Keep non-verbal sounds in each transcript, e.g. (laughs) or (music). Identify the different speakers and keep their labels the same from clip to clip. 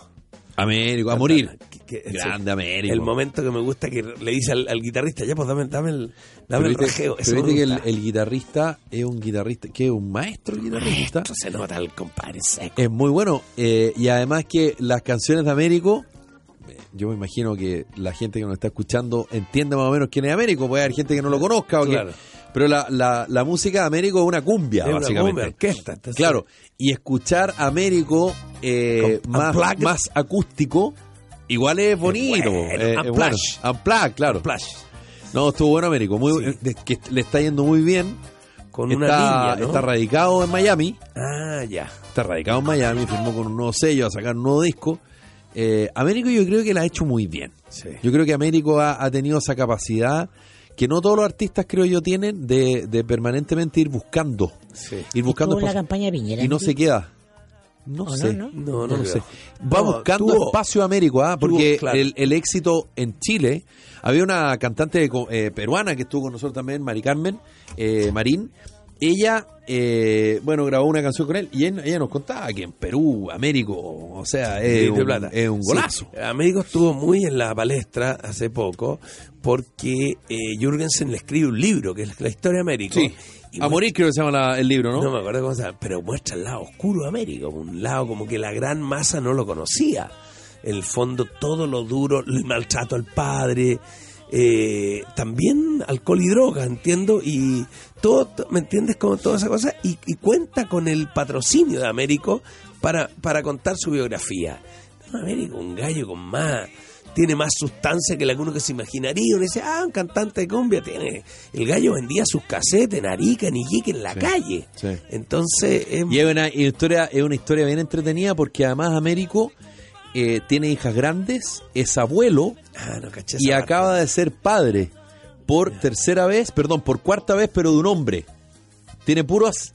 Speaker 1: Ah,
Speaker 2: Américo, a morir.
Speaker 1: Que- que-
Speaker 2: Grande
Speaker 1: sí.
Speaker 2: Américo.
Speaker 1: El momento que me gusta que le dice al, al guitarrista, ya pues dame, dame el, dame el
Speaker 2: Pero viste-
Speaker 1: rajeo. Eso
Speaker 2: pero
Speaker 1: me
Speaker 2: viste que el,
Speaker 1: gusta.
Speaker 2: el guitarrista es un guitarrista, que es un maestro guitarrista.
Speaker 1: Esto se nota el compadre seco.
Speaker 2: Es muy bueno. eh, y además que las canciones de Américo, eh, yo me imagino que la gente que nos está escuchando entiende más o menos quién es Américo. Puede haber gente que no lo conozca. o que-
Speaker 1: Claro.
Speaker 2: pero la, la- la música de Américo es una cumbia,
Speaker 1: Es una
Speaker 2: básicamente.
Speaker 1: cumbia, orquesta, entonces-
Speaker 2: claro. Y escuchar a Américo eh,
Speaker 1: Con-
Speaker 2: más,
Speaker 1: unplugged.
Speaker 2: más acústico, igual es bonito.
Speaker 1: bueno,
Speaker 2: eh, es
Speaker 1: unplugged.
Speaker 2: bueno. Unplugged, claro.
Speaker 1: Flash.
Speaker 2: No, estuvo bueno Américo. Muy,
Speaker 1: Sí.
Speaker 2: de- que le está yendo muy bien.
Speaker 1: Con
Speaker 2: está,
Speaker 1: una niña, ¿no?
Speaker 2: está radicado en Miami
Speaker 1: Ah, ya.
Speaker 2: está radicado en Miami, firmó con un nuevo sello, a sacar un nuevo disco. Eh, Américo yo creo que la ha hecho muy bien.
Speaker 1: Sí.
Speaker 2: Yo creo que Américo ha, ha tenido esa capacidad que no todos los artistas, creo yo, tienen de, de permanentemente ir buscando.
Speaker 1: Sí.
Speaker 2: Ir buscando
Speaker 3: Estuvo en la
Speaker 2: espacio.
Speaker 3: campaña de Piñera,
Speaker 2: Y no
Speaker 3: ¿sí?
Speaker 2: se queda.
Speaker 3: ¿O
Speaker 2: No
Speaker 3: no,
Speaker 2: sé.
Speaker 3: no?
Speaker 1: No,
Speaker 2: No,
Speaker 1: no,
Speaker 2: lo sé.
Speaker 1: sé.
Speaker 2: Va buscando espacio américo, ¿ah?
Speaker 1: tuvo,
Speaker 2: porque
Speaker 1: claro.
Speaker 2: el, el éxito en Chile. Había una cantante co- eh, peruana que estuvo con nosotros también, Mari Carmen eh, Marín. Ella, eh, bueno, grabó una canción con él y él- ella nos contaba que en Perú, Américo, o sea, es,
Speaker 1: de
Speaker 2: un,
Speaker 1: plata.
Speaker 2: es eh, un
Speaker 1: Sí.
Speaker 2: golazo.
Speaker 1: Américo estuvo muy en la palestra hace poco porque eh, Jürgensen le escribe un libro que es la historia de Américo. Y
Speaker 2: A morir creo que se llama la- el libro, ¿no?
Speaker 1: No me acuerdo cómo se llama, pero muestra el lado oscuro de América, un lado como que la gran masa no lo conocía. El fondo, todo lo duro, el maltrato al padre, eh, también alcohol y droga, entiendo, y todo, to- ¿me entiendes? Como toda esa cosa, y, y cuenta con el patrocinio de Américo para, para contar su biografía. No, Américo, un gallo con más. Tiene más sustancia que la que uno que se imaginaría. Uno dice, ah, un cantante de cumbia tiene. El gallo vendía sus casetes en Arica, en Iquique, en la calle.
Speaker 2: sí.
Speaker 1: Entonces, es-
Speaker 2: Y es una historia, es una historia bien entretenida porque además Américo eh, tiene hijas grandes, es abuelo
Speaker 1: Ah, no caché
Speaker 2: y
Speaker 1: esa
Speaker 2: acaba de ser padre por tercera vez, perdón, por cuarta vez, pero de un hombre. Tiene puras,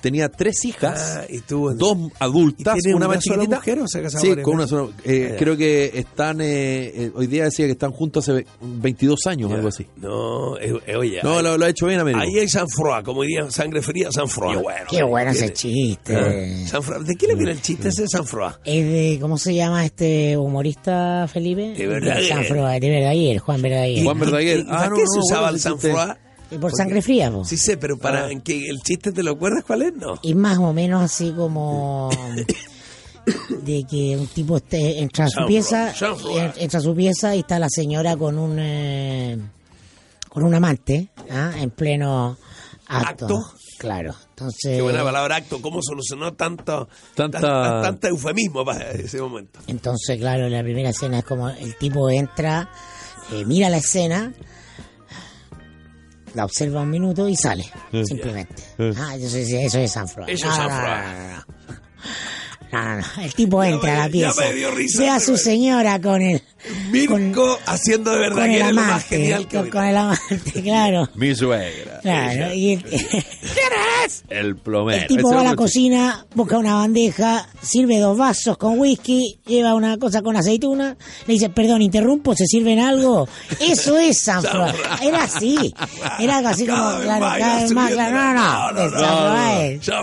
Speaker 2: tenía tres hijas,
Speaker 1: parte. Ah, y tuvo
Speaker 2: dos adultas,
Speaker 1: ¿Y tiene
Speaker 2: una,
Speaker 1: una
Speaker 2: más
Speaker 1: sola
Speaker 2: chiquitita.
Speaker 1: mujer o se ha casado
Speaker 2: sí,
Speaker 1: varias
Speaker 2: con una
Speaker 1: veces?
Speaker 2: sola. eh,
Speaker 1: Ah, ya.
Speaker 2: creo que están, eh, eh, hoy día decía que están juntos hace ve- 22 años,
Speaker 1: Ya.
Speaker 2: algo así.
Speaker 1: No, eh, eh, oye.
Speaker 2: No,
Speaker 1: ahí,
Speaker 2: lo, lo ha hecho bien Américo.
Speaker 1: ahí hay Sanfroa, como dirían, sangre fría, Sanfroa. Bueno,
Speaker 3: Qué bueno
Speaker 1: ¿quién
Speaker 3: ese
Speaker 1: es?
Speaker 3: chiste.
Speaker 1: Ah, Sanfroa, ¿De quién le viene el
Speaker 2: Mm.
Speaker 1: chiste ese de Sanfroa?
Speaker 3: Es de, ¿cómo se llama este humorista, Felipe?
Speaker 1: De Verdaguer.
Speaker 3: San Froa- de Verdaguer, Juan Verdaguer.
Speaker 2: Juan Verdaguer.
Speaker 1: ¿Y- y- y
Speaker 2: Ah,
Speaker 1: ¿Para
Speaker 2: no,
Speaker 1: qué
Speaker 2: no,
Speaker 1: se usaba
Speaker 2: bueno,
Speaker 1: el
Speaker 2: ese chiste. Ah.
Speaker 1: Sanfroa?
Speaker 3: Eh, Por sangre fría, po.
Speaker 1: Sí sé, pero para que el chiste te lo acuerdas, ¿cuál es?
Speaker 2: Eh.
Speaker 1: No.
Speaker 3: Y más o menos así como de que un tipo esté- entra a su
Speaker 1: Jean
Speaker 3: pieza,
Speaker 1: Froid, Jean Froid.
Speaker 3: en- entra a su pieza y está la señora con un eh, con un amante, ¿ah? en pleno acto.
Speaker 1: Acto.
Speaker 3: Claro. Entonces,
Speaker 1: Qué buena palabra acto, cómo solucionó tanto,
Speaker 2: Tanta-
Speaker 1: tan- tanta eufemismo para ese momento.
Speaker 3: Entonces, claro, la primera escena es como el tipo entra, eh, mira la escena, la observa un minuto y sale, simplemente. Ah, yo sé si eso es San Froid.
Speaker 1: Eso es San Froid.
Speaker 3: No, no, no, no. El tipo entra a la
Speaker 1: me- ya
Speaker 3: pieza,
Speaker 1: me dio risa,
Speaker 3: ve a
Speaker 1: pero-
Speaker 3: su señora con el,
Speaker 1: Mirko haciendo de verdad
Speaker 3: con
Speaker 1: que
Speaker 3: el
Speaker 1: era lo más
Speaker 3: amante,
Speaker 1: genial que
Speaker 3: con,
Speaker 1: hubiera.
Speaker 3: con el amante, claro.
Speaker 2: Mi suegra,
Speaker 3: Claro, y el, (laughs)
Speaker 2: el plomero.
Speaker 3: el tipo
Speaker 2: Ese
Speaker 3: va a
Speaker 2: era
Speaker 3: la
Speaker 2: el chiste.
Speaker 3: cocina, busca una bandeja, sirve dos vasos con whisky, lleva una cosa con aceituna, le dice, perdón, interrumpo, ¿se sirven algo? Eso es San Froid. Era así, era algo así como,
Speaker 1: Cada vez
Speaker 3: claro,
Speaker 1: más,
Speaker 3: cada vez más,
Speaker 1: subiendo.
Speaker 3: claro, no, no, de San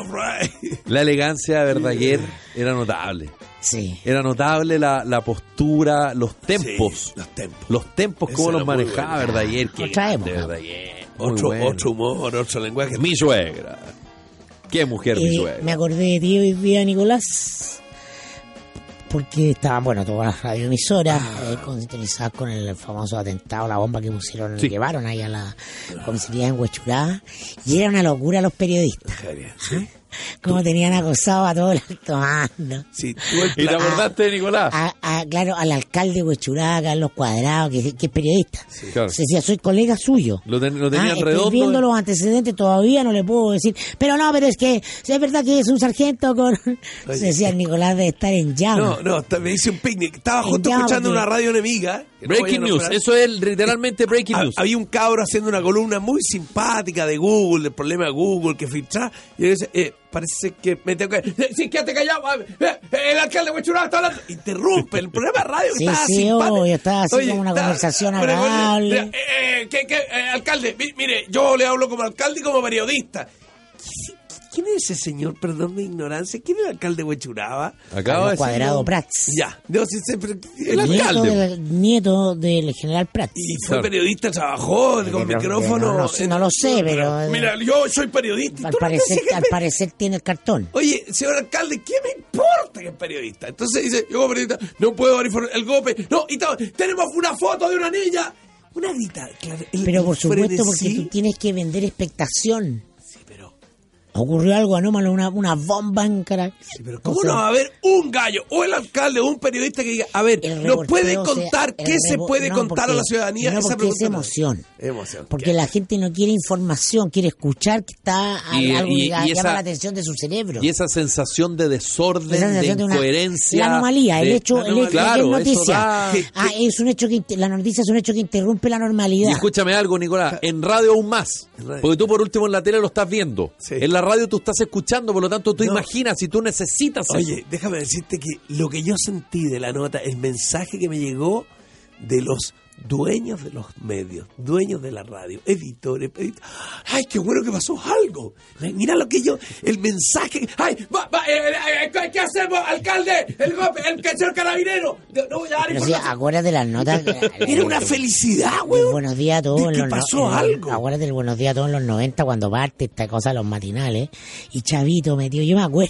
Speaker 3: Froid.
Speaker 1: Sanfroa. (laughs)
Speaker 2: La elegancia de Verdaguer era notable.
Speaker 3: Sí.
Speaker 2: Era notable la, la postura, los tempos.
Speaker 1: Sí, los tempos.
Speaker 2: Los tempos,
Speaker 1: Eso
Speaker 2: cómo
Speaker 1: era
Speaker 2: los
Speaker 1: muy
Speaker 2: manejaba
Speaker 1: bueno.
Speaker 2: Verdaguer. Qué
Speaker 3: Otra
Speaker 2: grande,
Speaker 3: época.
Speaker 2: Verdaguer. Muy
Speaker 1: Otro,
Speaker 2: bueno.
Speaker 1: otro humor, otro lenguaje.
Speaker 2: Mi suegra. Qué mujer, mi
Speaker 3: Eh,
Speaker 2: suegra.
Speaker 3: me acordé de ti hoy día, Nicolás, porque estaban, bueno, todas las radioemisoras eh, con- sintonizadas con el famoso atentado, la bomba que pusieron,
Speaker 2: Sí.
Speaker 3: llevaron ahí a la comisaría en Huechurá, y era una locura los periodistas.
Speaker 1: Sí.
Speaker 3: Como tenían acosado a todo el alto mando.
Speaker 1: Sí, tú el
Speaker 2: ¿Y te
Speaker 1: plan-
Speaker 2: acordaste
Speaker 3: ah,
Speaker 2: de Nicolás?
Speaker 3: A- a- claro, al alcalde de Huechurá, a Carlos Cuadrado, que, que es periodista.
Speaker 2: claro.
Speaker 3: Se decía, soy colega suyo. Ah,
Speaker 2: Lo ten- lo tenían
Speaker 3: estoy
Speaker 2: redondo.
Speaker 3: viendo los antecedentes, todavía no le puedo decir. Pero no, pero es que, si es verdad que es un sargento con... Se decía, Nicolás de estar en llamas.
Speaker 1: No, no, está- me hice un picnic. Estaba justo
Speaker 3: Ya,
Speaker 1: escuchando
Speaker 3: porque-
Speaker 1: una radio enemiga. que no
Speaker 2: Breaking
Speaker 1: voy a Eh, ah,
Speaker 2: news.
Speaker 1: nombrar.
Speaker 2: Eso es literalmente breaking
Speaker 1: Ha-
Speaker 2: news.
Speaker 1: Había un cabro haciendo una columna muy simpática de Google, del problema de Google, que filtra. Y él dice, eh, parece que me tengo que... (laughs) eh, Sí, quédate callado. ah, eh, eh, el alcalde de Huechuraba está hablando. Interrumpe el programa de radio. que
Speaker 3: Sí,
Speaker 1: estaba
Speaker 3: sí,
Speaker 1: simpático.
Speaker 3: obvio, estaba así
Speaker 1: Oye,
Speaker 3: como una
Speaker 1: estaba-
Speaker 3: conversación
Speaker 1: una cosa-
Speaker 3: agradable.
Speaker 1: Eh, eh, eh, ¿qué- qué, eh, alcalde, mi- mire, yo le hablo como alcalde y como periodista. ¿Qui- ¿Quién es ese señor? Perdón mi ignorancia. ¿Quién es el alcalde de Huechuraba?
Speaker 2: Acaba
Speaker 3: Carlos
Speaker 2: de
Speaker 3: Cuadrado
Speaker 2: decirlo.
Speaker 3: Prats.
Speaker 1: Ya, no, sí, sí, pero- el
Speaker 3: nieto
Speaker 1: alcalde.
Speaker 3: de- nieto del general Prats.
Speaker 1: Y fue
Speaker 2: Claro.
Speaker 1: periodista, trabajó
Speaker 3: Eh,
Speaker 1: con
Speaker 3: pero-
Speaker 1: micrófono.
Speaker 3: no lo sé- no lo sé, pero- eh,
Speaker 1: Mira, yo soy periodista. y
Speaker 3: Al
Speaker 1: tú no te
Speaker 3: parecer,
Speaker 1: exiges
Speaker 3: al
Speaker 1: pe-
Speaker 3: parecer tiene el cartón.
Speaker 1: Oye, señor alcalde, ¿qué me importa que es periodista? Entonces dice, yo como periodista no puedo dar inform- el golpe. No, y to- tenemos una foto de una niña. Una grita, claro. el-
Speaker 3: Pero por
Speaker 1: el
Speaker 3: supuesto, porque
Speaker 1: frenesí-
Speaker 3: tú tienes que vender expectación.
Speaker 1: Sí, pero...
Speaker 3: O ocurrió algo anómalo, una, una bomba en cara.
Speaker 1: Sí, pero ¿Cómo no va a haber un gallo o el alcalde o un periodista que diga, a ver,
Speaker 3: El
Speaker 1: ¿nos puede
Speaker 3: revolteo, o sea,
Speaker 1: contar
Speaker 3: el
Speaker 1: qué se
Speaker 3: revo-
Speaker 1: puede
Speaker 3: no,
Speaker 1: contar a
Speaker 3: porque-
Speaker 1: la ciudadanía?
Speaker 3: No,
Speaker 1: Esa
Speaker 3: porque es
Speaker 1: pregunta no.
Speaker 3: emoción.
Speaker 1: Emoción.
Speaker 3: Porque la gente no quiere información, quiere escuchar que está a-
Speaker 2: Y-
Speaker 3: algo
Speaker 2: y-
Speaker 3: que
Speaker 2: y
Speaker 3: llama
Speaker 2: esa-
Speaker 3: la atención de su
Speaker 1: ah,
Speaker 3: cerebro.
Speaker 2: Y esa sensación de desorden,
Speaker 3: Esa sensación
Speaker 2: de
Speaker 3: una-
Speaker 2: incoherencia.
Speaker 3: la anomalía, el
Speaker 2: de-
Speaker 3: hecho, el hecho de
Speaker 2: Claro,
Speaker 3: que es
Speaker 2: eso
Speaker 3: noticia.
Speaker 1: (laughs)
Speaker 2: da-
Speaker 1: Este
Speaker 3: Ah, es un hecho que inter- la noticia es un hecho que interrumpe la
Speaker 2: Y
Speaker 3: normalidad.
Speaker 2: escúchame algo, Nicolás, en radio aún más.
Speaker 1: Ah. En radio.
Speaker 2: Porque tú por último en la tele lo estás viendo.
Speaker 1: Sí.
Speaker 2: En la radio tú estás escuchando, por lo tanto tú
Speaker 1: No.
Speaker 2: imaginas si tú necesitas eso.
Speaker 1: Oye, déjame decirte que lo que yo sentí de la nota, el mensaje que me llegó de los dueños de los medios, dueños de la radio, editores, edit- ay, qué bueno que pasó algo. Mira lo que yo, el mensaje, ay, va, va, eh, eh, eh, ¿qué hacemos, alcalde? El golpe, el, el señor carabinero. No, no voy a dar
Speaker 3: Pero
Speaker 1: (laughs)
Speaker 3: sí,
Speaker 1: información.
Speaker 3: acuérdate las notas.
Speaker 1: Era una felicidad,
Speaker 3: El
Speaker 1: weón.
Speaker 3: buenos días a todos.
Speaker 1: de
Speaker 3: en
Speaker 1: que
Speaker 3: los no-
Speaker 1: pasó
Speaker 3: en-
Speaker 1: algo.
Speaker 3: Acuérdate del buenos días a todos en los 90 cuando parte esta cosa de los matinales. Y Chavito metió, yo me
Speaker 1: (laughs)
Speaker 3: acuerdo.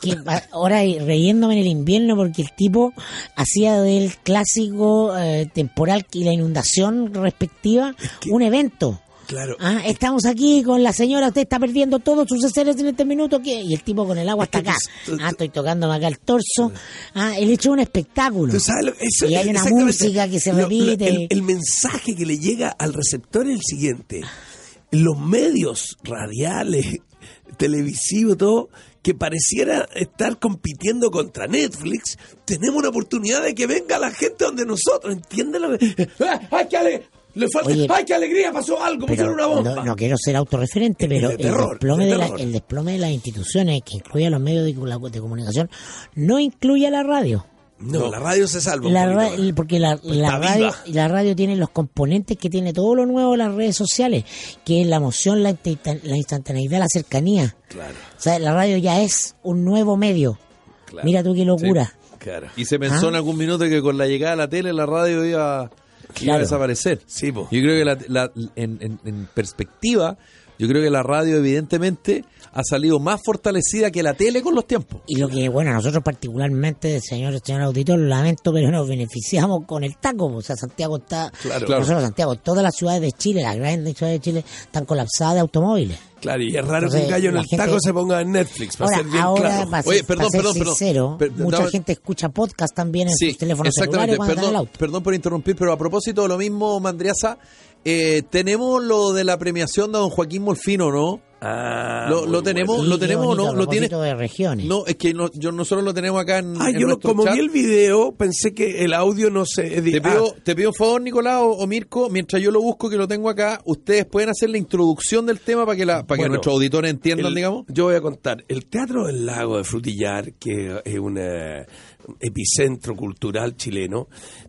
Speaker 3: Que pa- ahora y riéndome en el invierno porque el tipo hacía del clásico eh, temporal y la inundación respectiva un evento.
Speaker 1: Claro.
Speaker 3: Ah, estamos aquí con la señora, usted está perdiendo todos sus enseres en este minuto. ¿qué? Y el tipo con el agua hasta acá. Ah, estoy tocándome acá el torso. Ah, el hecho es un espectáculo.
Speaker 1: Tú sabes lo- eso-
Speaker 3: Y hay una
Speaker 1: exactamente.
Speaker 3: música que se repite.
Speaker 1: el, el mensaje que le llega al receptor es el siguiente. Los medios radiales, (laughs) televisivos, todo, que pareciera estar compitiendo contra Netflix, tenemos una oportunidad de que venga la gente donde nosotros. ¿Entiendes? lo que- (laughs) ¡Ah! ¡Ay, qué ale- le falta-
Speaker 3: Oye,
Speaker 1: ¡Ay, qué alegría! Pasó algo, pusieron una bomba.
Speaker 3: eh, No, no quiero ser autorreferente, pero
Speaker 1: de
Speaker 3: el,
Speaker 1: terror,
Speaker 3: desplome
Speaker 1: de
Speaker 3: de la-
Speaker 1: terror.
Speaker 3: el desplome de las instituciones, que incluye a los medios de, comu- de comunicación, no incluye a la radio.
Speaker 1: No, la radio se salva. un
Speaker 3: La
Speaker 1: poquito
Speaker 3: ra-
Speaker 1: más.
Speaker 3: el- porque la, la
Speaker 1: está
Speaker 3: radio,
Speaker 1: viva.
Speaker 3: la radio tiene los componentes que tiene todo lo nuevo de las redes sociales, que es la emoción, la, insta- la instantaneidad, la cercanía.
Speaker 1: Claro,
Speaker 3: O sea, la radio ya es un nuevo medio.
Speaker 1: Claro.
Speaker 3: Mira tú qué locura.
Speaker 1: claro.
Speaker 2: Y se pensó
Speaker 3: ¿Ah?
Speaker 2: en algún minuto que con la llegada de la tele la radio iba, iba a
Speaker 3: Claro.
Speaker 2: desaparecer.
Speaker 1: Sí, po.
Speaker 2: Yo creo que la- la- en, en- en perspectiva, yo creo que la radio evidentemente ha salido más fortalecida que la tele con los tiempos.
Speaker 3: Y lo que, bueno, nosotros particularmente, señor, señor auditor, lo lamento, pero nos beneficiamos con el taco. O sea, Santiago está...
Speaker 2: Claro. Claro.
Speaker 3: Nosotros, Santiago, todas las ciudades de Chile, las grandes ciudades de Chile, están colapsadas de automóviles.
Speaker 1: Claro, y es raro que un
Speaker 3: Entonces,
Speaker 1: gallo en
Speaker 3: la
Speaker 1: el
Speaker 3: gente-
Speaker 1: taco se ponga en Netflix, para
Speaker 3: Ahora,
Speaker 1: ser bien
Speaker 3: ahora,
Speaker 1: claro.
Speaker 3: para ser,
Speaker 2: Oye, perdón,
Speaker 3: para ser
Speaker 2: perdón, perdón.
Speaker 3: sincero,
Speaker 2: Per-
Speaker 3: mucha
Speaker 2: dame-
Speaker 3: gente escucha podcast también en
Speaker 2: Sí,
Speaker 3: sus teléfonos
Speaker 2: exactamente.
Speaker 3: celulares cuando están en el
Speaker 2: Perdón,
Speaker 3: auto.
Speaker 2: perdón por interrumpir, pero a propósito de lo mismo, Mandriaza, eh, tenemos lo de la premiación de don Joaquín Molfino, ¿no?
Speaker 1: Ah,
Speaker 2: lo,
Speaker 1: muy
Speaker 2: lo tenemos,
Speaker 3: Sí,
Speaker 2: lo
Speaker 3: qué
Speaker 2: tenemos,
Speaker 3: bonito,
Speaker 2: ¿no?
Speaker 3: a
Speaker 2: Lo tiene.
Speaker 3: propósito de regiones.
Speaker 2: No, es que no- yo, nosotros lo tenemos acá en.
Speaker 1: Ah,
Speaker 2: en
Speaker 1: yo no-
Speaker 2: nuestro
Speaker 1: como
Speaker 2: chat.
Speaker 1: vi el video, pensé que el audio no se ah,
Speaker 2: Te
Speaker 1: editaba.
Speaker 2: pido, te pido un favor, Nicolás o, o Mirko, mientras yo lo busco, que lo tengo acá, ustedes pueden hacer la introducción del tema para que, la, para que
Speaker 1: Bueno,
Speaker 2: nuestros auditores entiendan, digamos.
Speaker 1: Yo voy a contar. El Teatro del Lago de Frutillar, que es un eh, epicentro cultural chileno,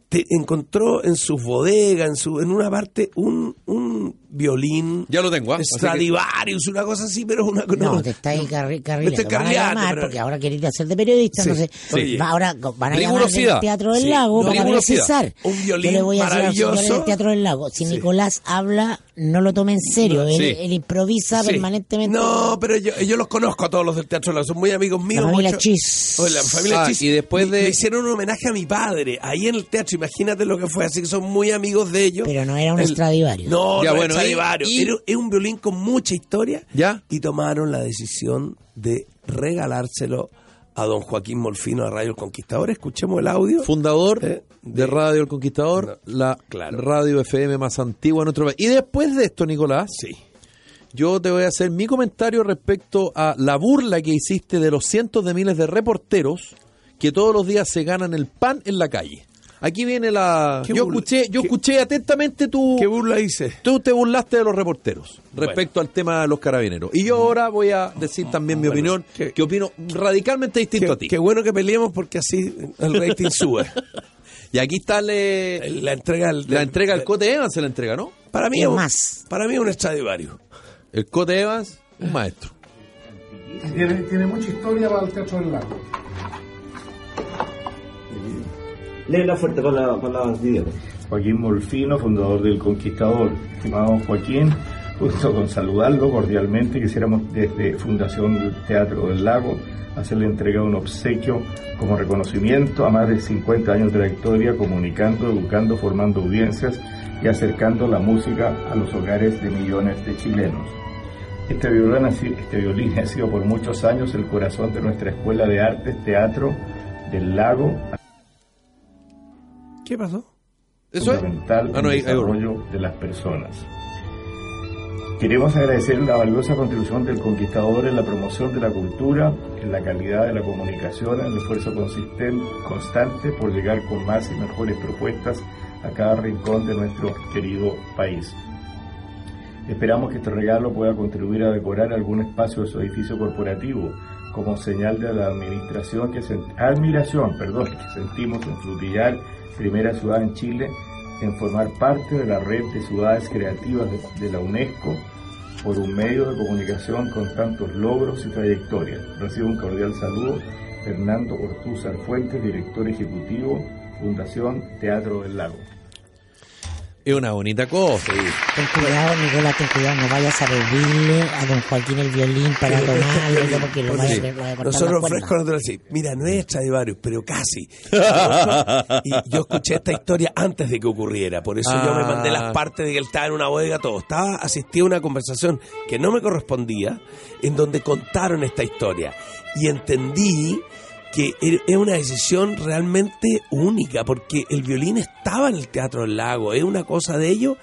Speaker 1: te encontró en sus bodegas, en, su, en una parte, un, un violín
Speaker 2: Ya lo tengo, ¿ah? Así que-
Speaker 1: Stradivarius, una cosa así, pero una...
Speaker 3: No,
Speaker 1: no,
Speaker 3: te estáis carri
Speaker 1: Me
Speaker 3: carrileando.
Speaker 1: estoy
Speaker 3: van a
Speaker 1: carrileando,
Speaker 3: llamar
Speaker 1: pero-
Speaker 3: porque ahora queréis hacer de periodista,
Speaker 1: Sí,
Speaker 3: entonces
Speaker 1: sí.
Speaker 3: va- ahora co- van a llamar
Speaker 2: Rigurosidad.
Speaker 3: del Teatro del
Speaker 1: Sí,
Speaker 3: Lago
Speaker 1: no,
Speaker 3: para
Speaker 2: rigurosidad.
Speaker 3: precisar.
Speaker 1: Un
Speaker 3: Yo
Speaker 1: violín
Speaker 3: le voy a decir a los señores
Speaker 1: maravilloso.
Speaker 3: del Teatro del Lago, si
Speaker 1: Sí.
Speaker 3: Nicolás habla, no lo tome en serio, él,
Speaker 2: sí.
Speaker 3: él improvisa
Speaker 1: Sí.
Speaker 3: permanentemente.
Speaker 1: No, pero yo, yo los conozco a todos los del Teatro Lazo, son muy amigos míos.
Speaker 3: familia
Speaker 1: mucho-
Speaker 3: Chis.
Speaker 1: Oye, la familia
Speaker 2: Ah,
Speaker 1: Chis.
Speaker 2: y después
Speaker 1: Me-
Speaker 2: de-
Speaker 1: me hicieron un homenaje a mi padre, ahí en el teatro, imagínate lo que fue, así que son muy amigos de ellos.
Speaker 3: Pero no era un
Speaker 1: El-
Speaker 3: Stradivarius.
Speaker 1: No,
Speaker 2: Ya,
Speaker 1: no
Speaker 2: bueno,
Speaker 1: era Stradivarius.
Speaker 2: y- y-
Speaker 1: Era- es un violín con mucha historia.
Speaker 2: Ya.
Speaker 1: Y tomaron la decisión de regalárselo a don Joaquín Molfino a Radio El Conquistador. Escuchemos el audio.
Speaker 2: Fundador
Speaker 1: Eh,
Speaker 2: de Radio El Conquistador, la
Speaker 1: claro.
Speaker 2: radio FM más antigua de nuestro país. Y después de esto, Nicolás,
Speaker 1: sí.
Speaker 2: yo te voy a hacer mi comentario respecto a la burla que hiciste de los cientos de miles de reporteros que todos los días se ganan el pan en la calle. Aquí viene la...
Speaker 1: ¿Qué
Speaker 2: Yo
Speaker 1: burla?
Speaker 2: escuché, yo
Speaker 1: ¿Qué-
Speaker 2: escuché atentamente tu...
Speaker 1: ¿Qué burla hice?
Speaker 2: Tú te burlaste de los reporteros respecto al tema de los carabineros. Y yo ahora voy a decir también mi
Speaker 1: Bueno,
Speaker 2: opinión,
Speaker 1: qué-
Speaker 2: que opino radicalmente distinto
Speaker 1: Qué,
Speaker 2: a ti.
Speaker 1: qué bueno que peleemos porque así el rating sube.
Speaker 2: (laughs) Y aquí está le-
Speaker 1: La entrega del-
Speaker 2: la entrega del
Speaker 1: del-
Speaker 2: Cote Evans, se la entrega, ¿no?
Speaker 1: Para mí
Speaker 3: Es
Speaker 1: un-
Speaker 3: más.
Speaker 1: Para mí es un Stradivarius.
Speaker 2: El Cote Evans, un maestro.
Speaker 4: Tiene, tiene mucha historia para el Teatro del Lago.
Speaker 5: Léela fuerte con la, con la vidriola.
Speaker 6: Joaquín Molfino, fundador del Conquistador. Estimado Joaquín, justo con saludarlo cordialmente, quisiéramos desde Fundación del Teatro del Lago hacerle entrega de un obsequio como reconocimiento a más de 50 años de trayectoria comunicando, educando, formando audiencias y acercando la música a los hogares de millones de chilenos. Este violín, ha sido, este violín ha sido por muchos años el corazón de nuestra Escuela de Artes, Teatro del Lago,
Speaker 1: ¿Qué pasó?
Speaker 2: ¿Eso es?
Speaker 6: fundamental
Speaker 2: Ah, no,
Speaker 6: en
Speaker 2: hay,
Speaker 6: el
Speaker 2: hay otro.
Speaker 6: desarrollo de las personas. Queremos agradecer la valiosa contribución del conquistador en la promoción de la cultura, en la calidad de la comunicación, en el esfuerzo consisten- constante por llegar con más y mejores propuestas a cada rincón de nuestro querido país. Esperamos que este regalo pueda contribuir a decorar algún espacio de su edificio corporativo como señal de la administración que sen- admiración perdón, que sentimos en Frutillar, primera ciudad en Chile, en formar parte de la red de ciudades creativas de, de la UNESCO por un medio de comunicación con tantos logros y trayectorias. Recibo un cordial saludo, Fernando Ortúzar Fuentes, director ejecutivo, Fundación Teatro del Lago.
Speaker 2: Es una bonita cosa. sí.
Speaker 3: Ten cuidado, Nicolás, ten cuidado, no vayas a reunirle a don Joaquín el violín
Speaker 1: (laughs)
Speaker 3: para tomarlo, porque lo vaya a lo
Speaker 1: Porque
Speaker 3: vaya a cortar
Speaker 1: Pues nosotros
Speaker 3: las
Speaker 1: fresco
Speaker 3: cuerdas.
Speaker 1: nosotros sí. Mira, no es Stradivarius, pero
Speaker 3: (laughs)
Speaker 1: casi. y yo escuché esta historia antes de que ocurriera, por eso yo me
Speaker 2: Ah.
Speaker 1: mandé las partes de que él estaba en una bodega, todo. Estaba asistí a una conversación que no me correspondía, en donde contaron esta historia. Y entendí que er- es una decisión realmente única, porque el violín estaba en el Teatro del Lago, es una cosa de ello,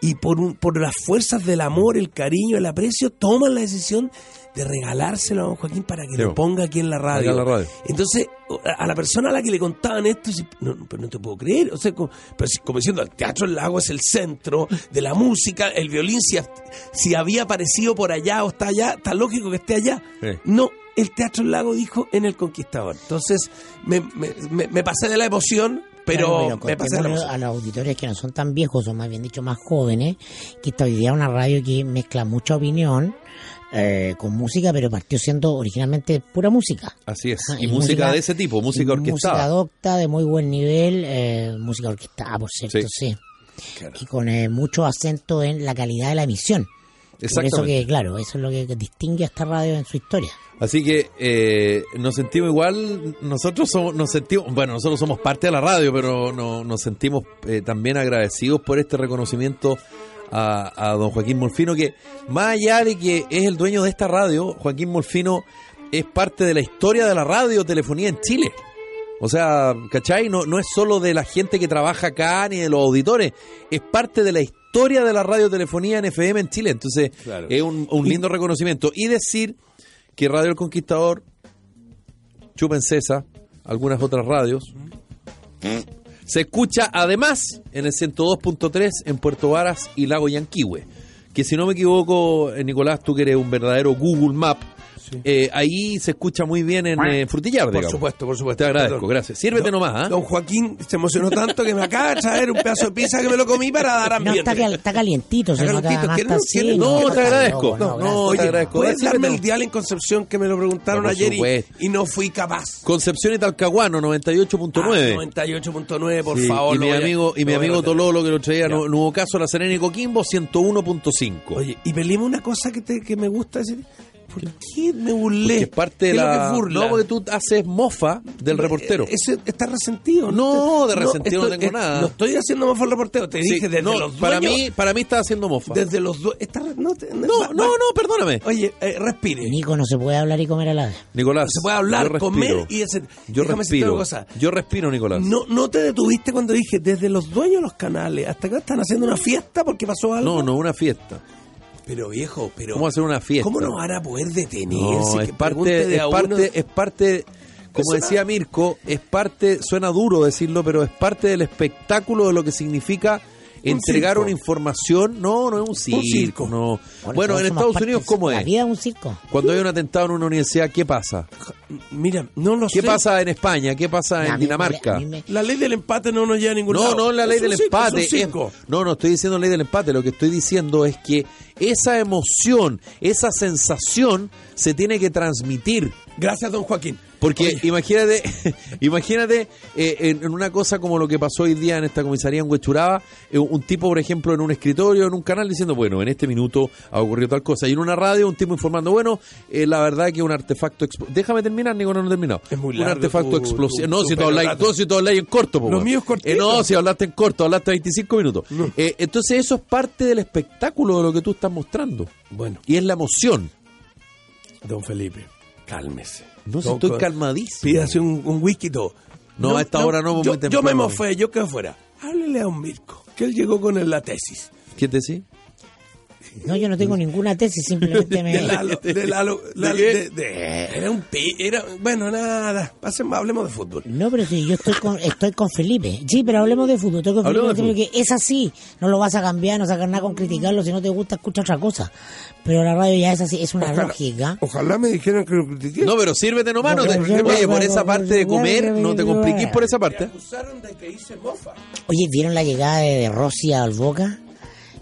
Speaker 1: y por, un- por las fuerzas del amor, el cariño, el aprecio, toman la decisión de regalárselo a don Joaquín para que
Speaker 2: Sí,
Speaker 1: lo
Speaker 2: bo.
Speaker 1: ponga aquí en la radio.
Speaker 2: Acá en la radio.
Speaker 1: Entonces, a la persona a la que le contaban esto, dice, no, no, pero no te puedo creer. O sea, como, pero si- como diciendo, el Teatro del Lago es el centro de la música, el violín, si, ha- si había aparecido por allá o está allá, está lógico que esté allá.
Speaker 2: Sí.
Speaker 1: No, el Teatro del Lago dijo en El Conquistador. Entonces, me, me- me- me pasé de la emoción, pero
Speaker 3: Claro,
Speaker 1: me pasé de
Speaker 3: contémosle
Speaker 1: la emoción.
Speaker 3: a los auditores que no son tan viejos, o más bien dicho más jóvenes, que esta hoy día es una radio que mezcla mucha opinión eh, con música, pero partió siendo originalmente pura música.
Speaker 2: Así es.
Speaker 3: Ajá,
Speaker 2: y, música, de ese tipo, música
Speaker 3: y Música
Speaker 2: orquestada.
Speaker 3: docta de muy buen nivel, eh, música orquestada, por cierto, sí.
Speaker 2: Sí.
Speaker 3: Y con eh, mucho acento en la calidad de la emisión. Por eso
Speaker 2: Exactamente.
Speaker 3: que, claro, eso es lo que distingue a esta radio en su historia.
Speaker 2: Así que eh, nos sentimos igual, nosotros somos, nos sentimos, bueno, nosotros somos parte de la radio, pero no, nos sentimos eh, también agradecidos por este reconocimiento a, a don Joaquín Molfino, que más allá de que es el dueño de esta radio, Joaquín Molfino es parte de la historia de la radiotelefonía en Chile. O sea, ¿cachai? No, no es solo de la gente que trabaja acá ni de los auditores, es parte de la historia de la radiotelefonía en FM en Chile. Entonces,
Speaker 1: Claro.
Speaker 2: es un, un lindo reconocimiento. Y decir que Radio El Conquistador, Chupen Cesa, algunas otras radios, se escucha además en el 102.3 en Puerto Varas y Lago Yanquihue. Que si no me equivoco, eh, Nicolás, tú que eres un verdadero Google Map, eh, ahí se escucha muy bien en eh, Frutillar,
Speaker 1: Por
Speaker 2: digamos.
Speaker 1: supuesto, por supuesto.
Speaker 2: Te agradezco,
Speaker 1: Perdón.
Speaker 2: gracias. Sírvete
Speaker 1: Don-
Speaker 2: nomás, ¿ah?
Speaker 1: Don Joaquín se emocionó tanto que me acaba de traer un pedazo de pizza que me lo comí para dar
Speaker 3: No,
Speaker 1: ambiente.
Speaker 3: está, cal- está calientito, se
Speaker 1: Está
Speaker 3: nota,
Speaker 1: calientito,
Speaker 3: además
Speaker 1: ¿quieren-
Speaker 3: está así,
Speaker 1: quieren?
Speaker 2: No, te
Speaker 3: está
Speaker 2: agradezco.
Speaker 3: loco,
Speaker 2: No, no,
Speaker 3: gracias.
Speaker 2: te
Speaker 1: Oye,
Speaker 2: agradezco.
Speaker 1: ¿puedes darme
Speaker 2: Decímelo.
Speaker 1: el dial en Concepción que me lo preguntaron
Speaker 2: Por
Speaker 1: ayer y,
Speaker 2: supuesto.
Speaker 1: y no fui capaz?
Speaker 2: Concepción y Talcahuano, 98.9.
Speaker 1: Ah, 98.9, por
Speaker 2: Sí,
Speaker 1: favor.
Speaker 2: Y
Speaker 1: lo
Speaker 2: mi
Speaker 1: voy a-
Speaker 2: amigo, y mi
Speaker 1: lo voy a
Speaker 2: amigo
Speaker 1: anotar.
Speaker 2: Tololo que lo traía,
Speaker 1: Ya.
Speaker 2: no, no hubo caso, la Serena y Coquimbo, 101.5.
Speaker 1: Oye, y peleemos una cosa que, te, que me gusta decir. ¿Por qué me burlé?
Speaker 2: Que es parte
Speaker 1: ¿Qué
Speaker 2: de
Speaker 1: es lo
Speaker 2: la.
Speaker 1: que burla? Eh,
Speaker 2: No, porque tú haces mofa del reportero.
Speaker 1: Ese está resentido.
Speaker 2: No, de resentido no tengo nada.
Speaker 1: No estoy haciendo más por el reportero. Te
Speaker 2: Sí,
Speaker 1: dije desde
Speaker 2: no,
Speaker 1: los dueños.
Speaker 2: para mí, para mí estás haciendo mofa.
Speaker 1: Desde los dueños. No, te- va-
Speaker 2: No, no,
Speaker 1: va-
Speaker 2: no, perdóname.
Speaker 1: Oye, eh, respire.
Speaker 3: Nico, no se puede hablar y comer a la vez.
Speaker 2: Nicolás.
Speaker 1: se puede hablar,
Speaker 2: yo respiro.
Speaker 1: comer y hacer-
Speaker 2: Yo
Speaker 1: Déjame decirte
Speaker 2: respiro.
Speaker 1: una cosa.
Speaker 2: Yo respiro, Nicolás.
Speaker 1: No, no te detuviste cuando dije, desde los dueños de los canales hasta acá están haciendo una fiesta porque pasó algo.
Speaker 2: no, no, una fiesta.
Speaker 1: Pero viejo, pero.
Speaker 2: ¿Cómo hacer una fiesta?
Speaker 1: ¿Cómo nos van a poder detener?
Speaker 2: No,
Speaker 1: Si
Speaker 2: es
Speaker 1: que pregunte
Speaker 2: parte,
Speaker 1: de
Speaker 2: es
Speaker 1: a uno. Pues
Speaker 2: parte, es parte, como
Speaker 1: Eso
Speaker 2: decía Mirko, es parte, suena duro decirlo, pero es parte del espectáculo de lo que significa entregar
Speaker 1: circo.
Speaker 2: una información. No, no es un circo.
Speaker 1: circo.
Speaker 2: No. Bueno, en
Speaker 3: todos somos
Speaker 2: Estados
Speaker 3: parte
Speaker 2: Unidos,
Speaker 3: de-
Speaker 2: ¿cómo
Speaker 3: La
Speaker 2: es?
Speaker 3: vida es un circo.
Speaker 2: Cuando hay un atentado en una universidad, ¿qué pasa?
Speaker 1: Mira, no lo
Speaker 2: ¿Qué
Speaker 1: sé.
Speaker 2: pasa en España? ¿Qué pasa
Speaker 3: A
Speaker 2: Ah, en
Speaker 3: mí-
Speaker 2: Dinamarca?
Speaker 3: a mí me-
Speaker 1: La ley del empate no nos lleva a ningún
Speaker 2: No,
Speaker 1: lado.
Speaker 2: no, la ley
Speaker 1: Es un
Speaker 2: del
Speaker 1: circo,
Speaker 2: empate.
Speaker 1: Es un circo.
Speaker 2: es- no, no estoy diciendo ley del empate. Lo que estoy diciendo es que esa emoción, esa sensación se tiene que transmitir.
Speaker 1: Gracias, don Joaquín.
Speaker 2: Porque
Speaker 1: Oye,
Speaker 2: imagínate, (laughs) imagínate eh, en, en una cosa como lo que pasó hoy día en esta comisaría en Huechuraba, eh, un tipo, por ejemplo, en un escritorio, en un canal, diciendo, bueno, en este minuto ha ocurrido tal cosa. Y en una radio, un tipo informando, bueno, eh, la verdad que un artefacto... expo- Déjame terminar, Nico, no, no he terminado.
Speaker 1: Es muy
Speaker 2: un
Speaker 1: largo
Speaker 2: artefacto
Speaker 1: tu-
Speaker 2: explosivo.
Speaker 1: tu-
Speaker 2: No,
Speaker 1: tu
Speaker 2: si tú habláis
Speaker 1: perorrato.
Speaker 2: no, si tú habláis en corto, po,
Speaker 1: Lo
Speaker 2: weón.
Speaker 1: mío es cortito.
Speaker 2: Eh, no, si hablaste en corto, hablaste 25 minutos. Eh, entonces eso es parte del espectáculo de lo que tú estás mostrando.
Speaker 1: Bueno,
Speaker 2: Y es la emoción.
Speaker 1: don Felipe, cálmese.
Speaker 2: No, si
Speaker 1: Don
Speaker 2: estoy
Speaker 1: Juan,
Speaker 2: calmadísimo.
Speaker 1: Pídase un, un whisky y todo.
Speaker 2: No, a esta hora no,
Speaker 1: Yo,
Speaker 2: muy
Speaker 1: yo me
Speaker 2: temprano.
Speaker 1: mofé, yo quedo fuera. Háblele a un Mirko, que él llegó con la tesis.
Speaker 2: ¿Qué te decís?
Speaker 3: No, yo no tengo ninguna tesis,
Speaker 2: (laughs)
Speaker 3: simplemente
Speaker 1: De
Speaker 3: me...
Speaker 1: Lalo, de Lalo, Lalo-
Speaker 2: qué?
Speaker 1: de- de- era un pi, era, bueno, nada, pasemos, hablemos de fútbol.
Speaker 3: No, pero sí, yo estoy con, estoy con Felipe. Sí, pero hablemos de fútbol. Estoy con Felipe
Speaker 2: Hablemos de
Speaker 3: porque es así. No lo vas a cambiar, no sacar nada con criticarlo. Si no te gusta, escucha otra cosa. Pero la radio ya es así, es una lógica.
Speaker 1: Ojalá me dijeran que lo critiqué.
Speaker 2: No, pero sírvete nomás. No te-
Speaker 3: No, pero-
Speaker 2: oye, por esa parte de comer, no te compliques por esa
Speaker 1: Te
Speaker 2: parte.
Speaker 1: acusaron de que hice mofa.
Speaker 3: Oye, ¿vieron la llegada de, de Rossi al Boca?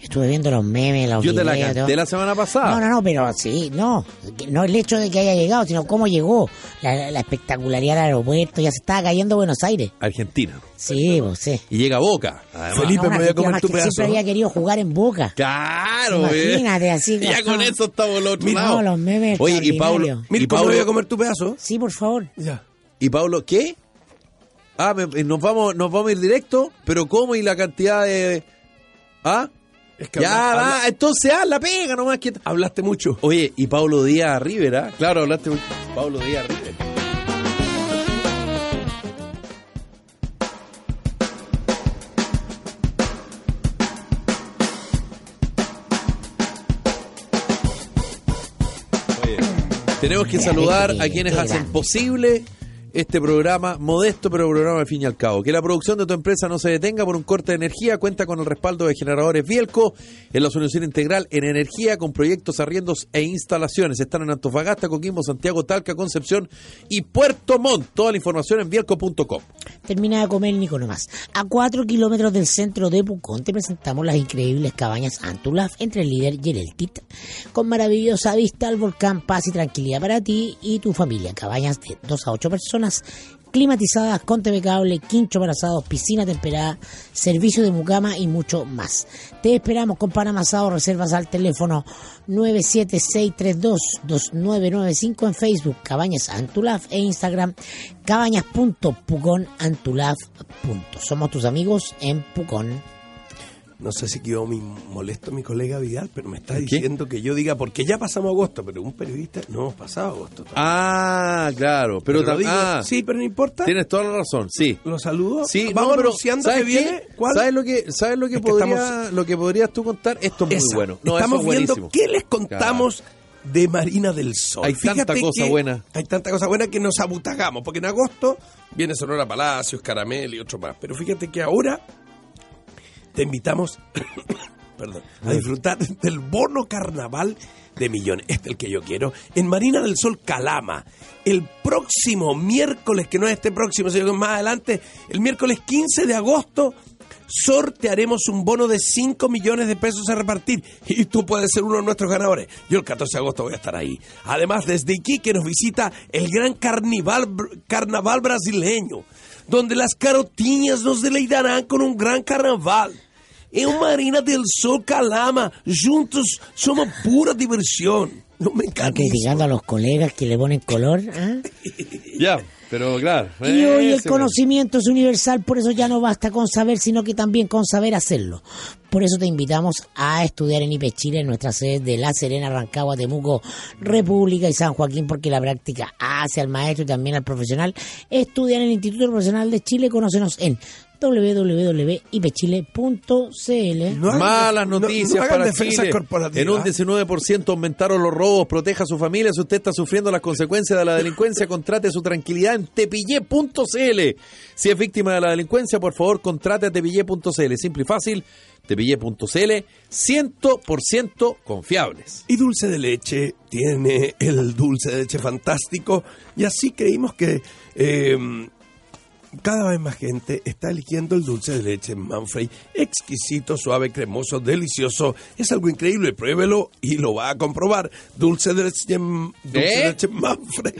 Speaker 3: Estuve viendo los memes, los
Speaker 2: Yo te la
Speaker 3: videos,
Speaker 2: canté
Speaker 3: todo.
Speaker 2: la semana
Speaker 3: No,
Speaker 1: Ah.
Speaker 3: no,
Speaker 2: pasada.
Speaker 3: no, pero sí, no. No el hecho de que haya llegado, sino cómo llegó. La, la espectacularidad del aeropuerto. Ya se estaba cayendo Buenos Aires.
Speaker 2: Argentina.
Speaker 3: Sí, pues sí.
Speaker 2: Y llega a Boca. además.
Speaker 1: Ah, Felipe,
Speaker 3: No, una
Speaker 1: me voy a comer
Speaker 3: Argentina más
Speaker 1: tu
Speaker 3: que
Speaker 1: pedazo,
Speaker 3: Siempre
Speaker 1: ¿no?
Speaker 3: había querido jugar en Boca.
Speaker 2: Claro, güey.
Speaker 3: Imagínate, así que-
Speaker 2: Ya con eso estamos al otro
Speaker 3: Mira,
Speaker 2: lado.
Speaker 3: no, los memes
Speaker 2: Oye, y Pablo,
Speaker 3: extraordinarios.
Speaker 2: y
Speaker 1: Mirko, me voy a
Speaker 2: Pablo,
Speaker 1: comer tu pedazo.
Speaker 3: Sí, por favor.
Speaker 1: Ya.
Speaker 2: y Pablo, ¿qué? Ah, me- eh, nos vamos, nos vamos a ir directo, pero ¿cómo? Y la cantidad de. ¿Ah?
Speaker 1: Es que
Speaker 2: Ya,
Speaker 1: habla-
Speaker 2: va, entonces, ah, la pega nomás que.
Speaker 1: Hablaste mucho.
Speaker 2: Oye, y Pablo Díaz Rivera. Claro, hablaste. con Pablo Díaz Rivera. Oye, Tenemos que
Speaker 3: Mira,
Speaker 2: saludar
Speaker 3: qué
Speaker 2: a quienes
Speaker 3: grande.
Speaker 2: hacen posible este programa, modesto pero programa al fin y al cabo. Que la producción de tu empresa no se detenga por un corte de energía, cuenta con el respaldo de generadores Bielco en la solución integral en energía con proyectos, arriendos e instalaciones. Están en Antofagasta, Coquimbo, Santiago, Talca, Concepción y Puerto Montt. Toda la información en bielco.com.
Speaker 3: Termina de comer Nico nomás. A 4 kilómetros del centro de Pucón te presentamos las increíbles cabañas Antulaf entre el líder y el Eltit, con maravillosa vista al volcán, paz y tranquilidad para ti y tu familia. Cabañas de 2 a 8 personas, climatizadas, con TV cable, quincho para asados, piscina temperada, servicio de mucama y mucho más. Te esperamos con pan amasado, reservas al teléfono 976322995 en Facebook, Cabañas Antulaf e Instagram, cabañas.puconantulaf. Somos tus amigos en Pucón.
Speaker 1: No sé si quedó mi, molesto mi colega Vidal, pero me está diciendo que yo diga, porque ya pasamos agosto, pero un periodista no hemos pasado agosto.
Speaker 2: Ah, claro. Pero,
Speaker 1: lo
Speaker 2: también.
Speaker 1: digo, sí, pero no importa.
Speaker 2: Tienes toda la razón, sí.
Speaker 1: Lo saludo.
Speaker 2: Sí,
Speaker 1: Vamos
Speaker 2: no, pero
Speaker 1: anunciando
Speaker 2: ¿sabes
Speaker 1: que viene.
Speaker 2: qué?
Speaker 1: ¿Cuál?
Speaker 2: ¿Sabes lo que, sabes lo que,
Speaker 1: Es que
Speaker 2: podría,
Speaker 1: estamos-
Speaker 2: lo que podrías tú contar? Esto es muy
Speaker 1: Esa.
Speaker 2: bueno. No,
Speaker 1: Estamos
Speaker 2: eso es
Speaker 1: viendo
Speaker 2: buenísimo.
Speaker 1: qué les contamos de Marina del Sol.
Speaker 2: Hay tanta cosa
Speaker 1: que
Speaker 2: buena.
Speaker 1: Hay tanta cosa buena que nos abutagamos, porque en agosto viene Sonora Palacios, Caramel y otro más. Pero fíjate que ahora te invitamos perdón, a disfrutar (laughs) del bono carnaval de millones. Este es el que yo quiero. En Marina del Sol Calama. El próximo miércoles, que no es este próximo, sino que es más adelante, el miércoles 15 de agosto, sortearemos un bono de 5 millones de pesos a repartir. Y tú puedes ser uno de nuestros ganadores. Yo el 14 de agosto voy a estar ahí. Además, desde Iquique nos visita el gran carnival- carnaval brasileño, donde las carotiñas nos deleitarán con un gran carnaval. En Marina É del Sol Calama, juntos somos pura diversión. No me
Speaker 3: Están
Speaker 1: encanta.
Speaker 3: criticando a los colegas que le ponen color. ¿ah?
Speaker 2: Ya, pero claro. eh,
Speaker 3: Y hoy el
Speaker 2: ese-
Speaker 3: conocimiento es universal, por eso ya no basta con saber, sino que también con saber hacerlo. Por eso te invitamos a estudiar en IPE Chile, en nuestra sede de La Serena, Rancagua, Temuco, República y San Joaquín, porque la práctica hace al maestro y también al profesional. Estudia en el Instituto Profesional de Chile, conócenos en www.ipechile.cl.
Speaker 1: No hagan-
Speaker 2: Malas
Speaker 1: no- no
Speaker 2: noticias
Speaker 1: hagan
Speaker 2: para
Speaker 1: defensas
Speaker 2: Chile.
Speaker 1: corporativas.
Speaker 2: En un 19% aumentaron los robos. Proteja a su familia si usted está sufriendo las consecuencias de la
Speaker 1: (laughs)
Speaker 2: delincuencia. Contrate su tranquilidad en tepille.cl. Si es víctima de la delincuencia, por favor, contrate a tepille.cl. Simple y fácil. Tepille.cl. 100% confiables.
Speaker 1: Y dulce de leche tiene el dulce de leche fantástico. Y así creímos que eh, Cada vez más gente está eligiendo el dulce de leche Manfrey. Exquisito, suave, cremoso, delicioso. Es algo increíble. Pruébelo y lo va a comprobar. Dulce de leche, dulce de
Speaker 2: ¿Eh?
Speaker 1: leche Manfrey.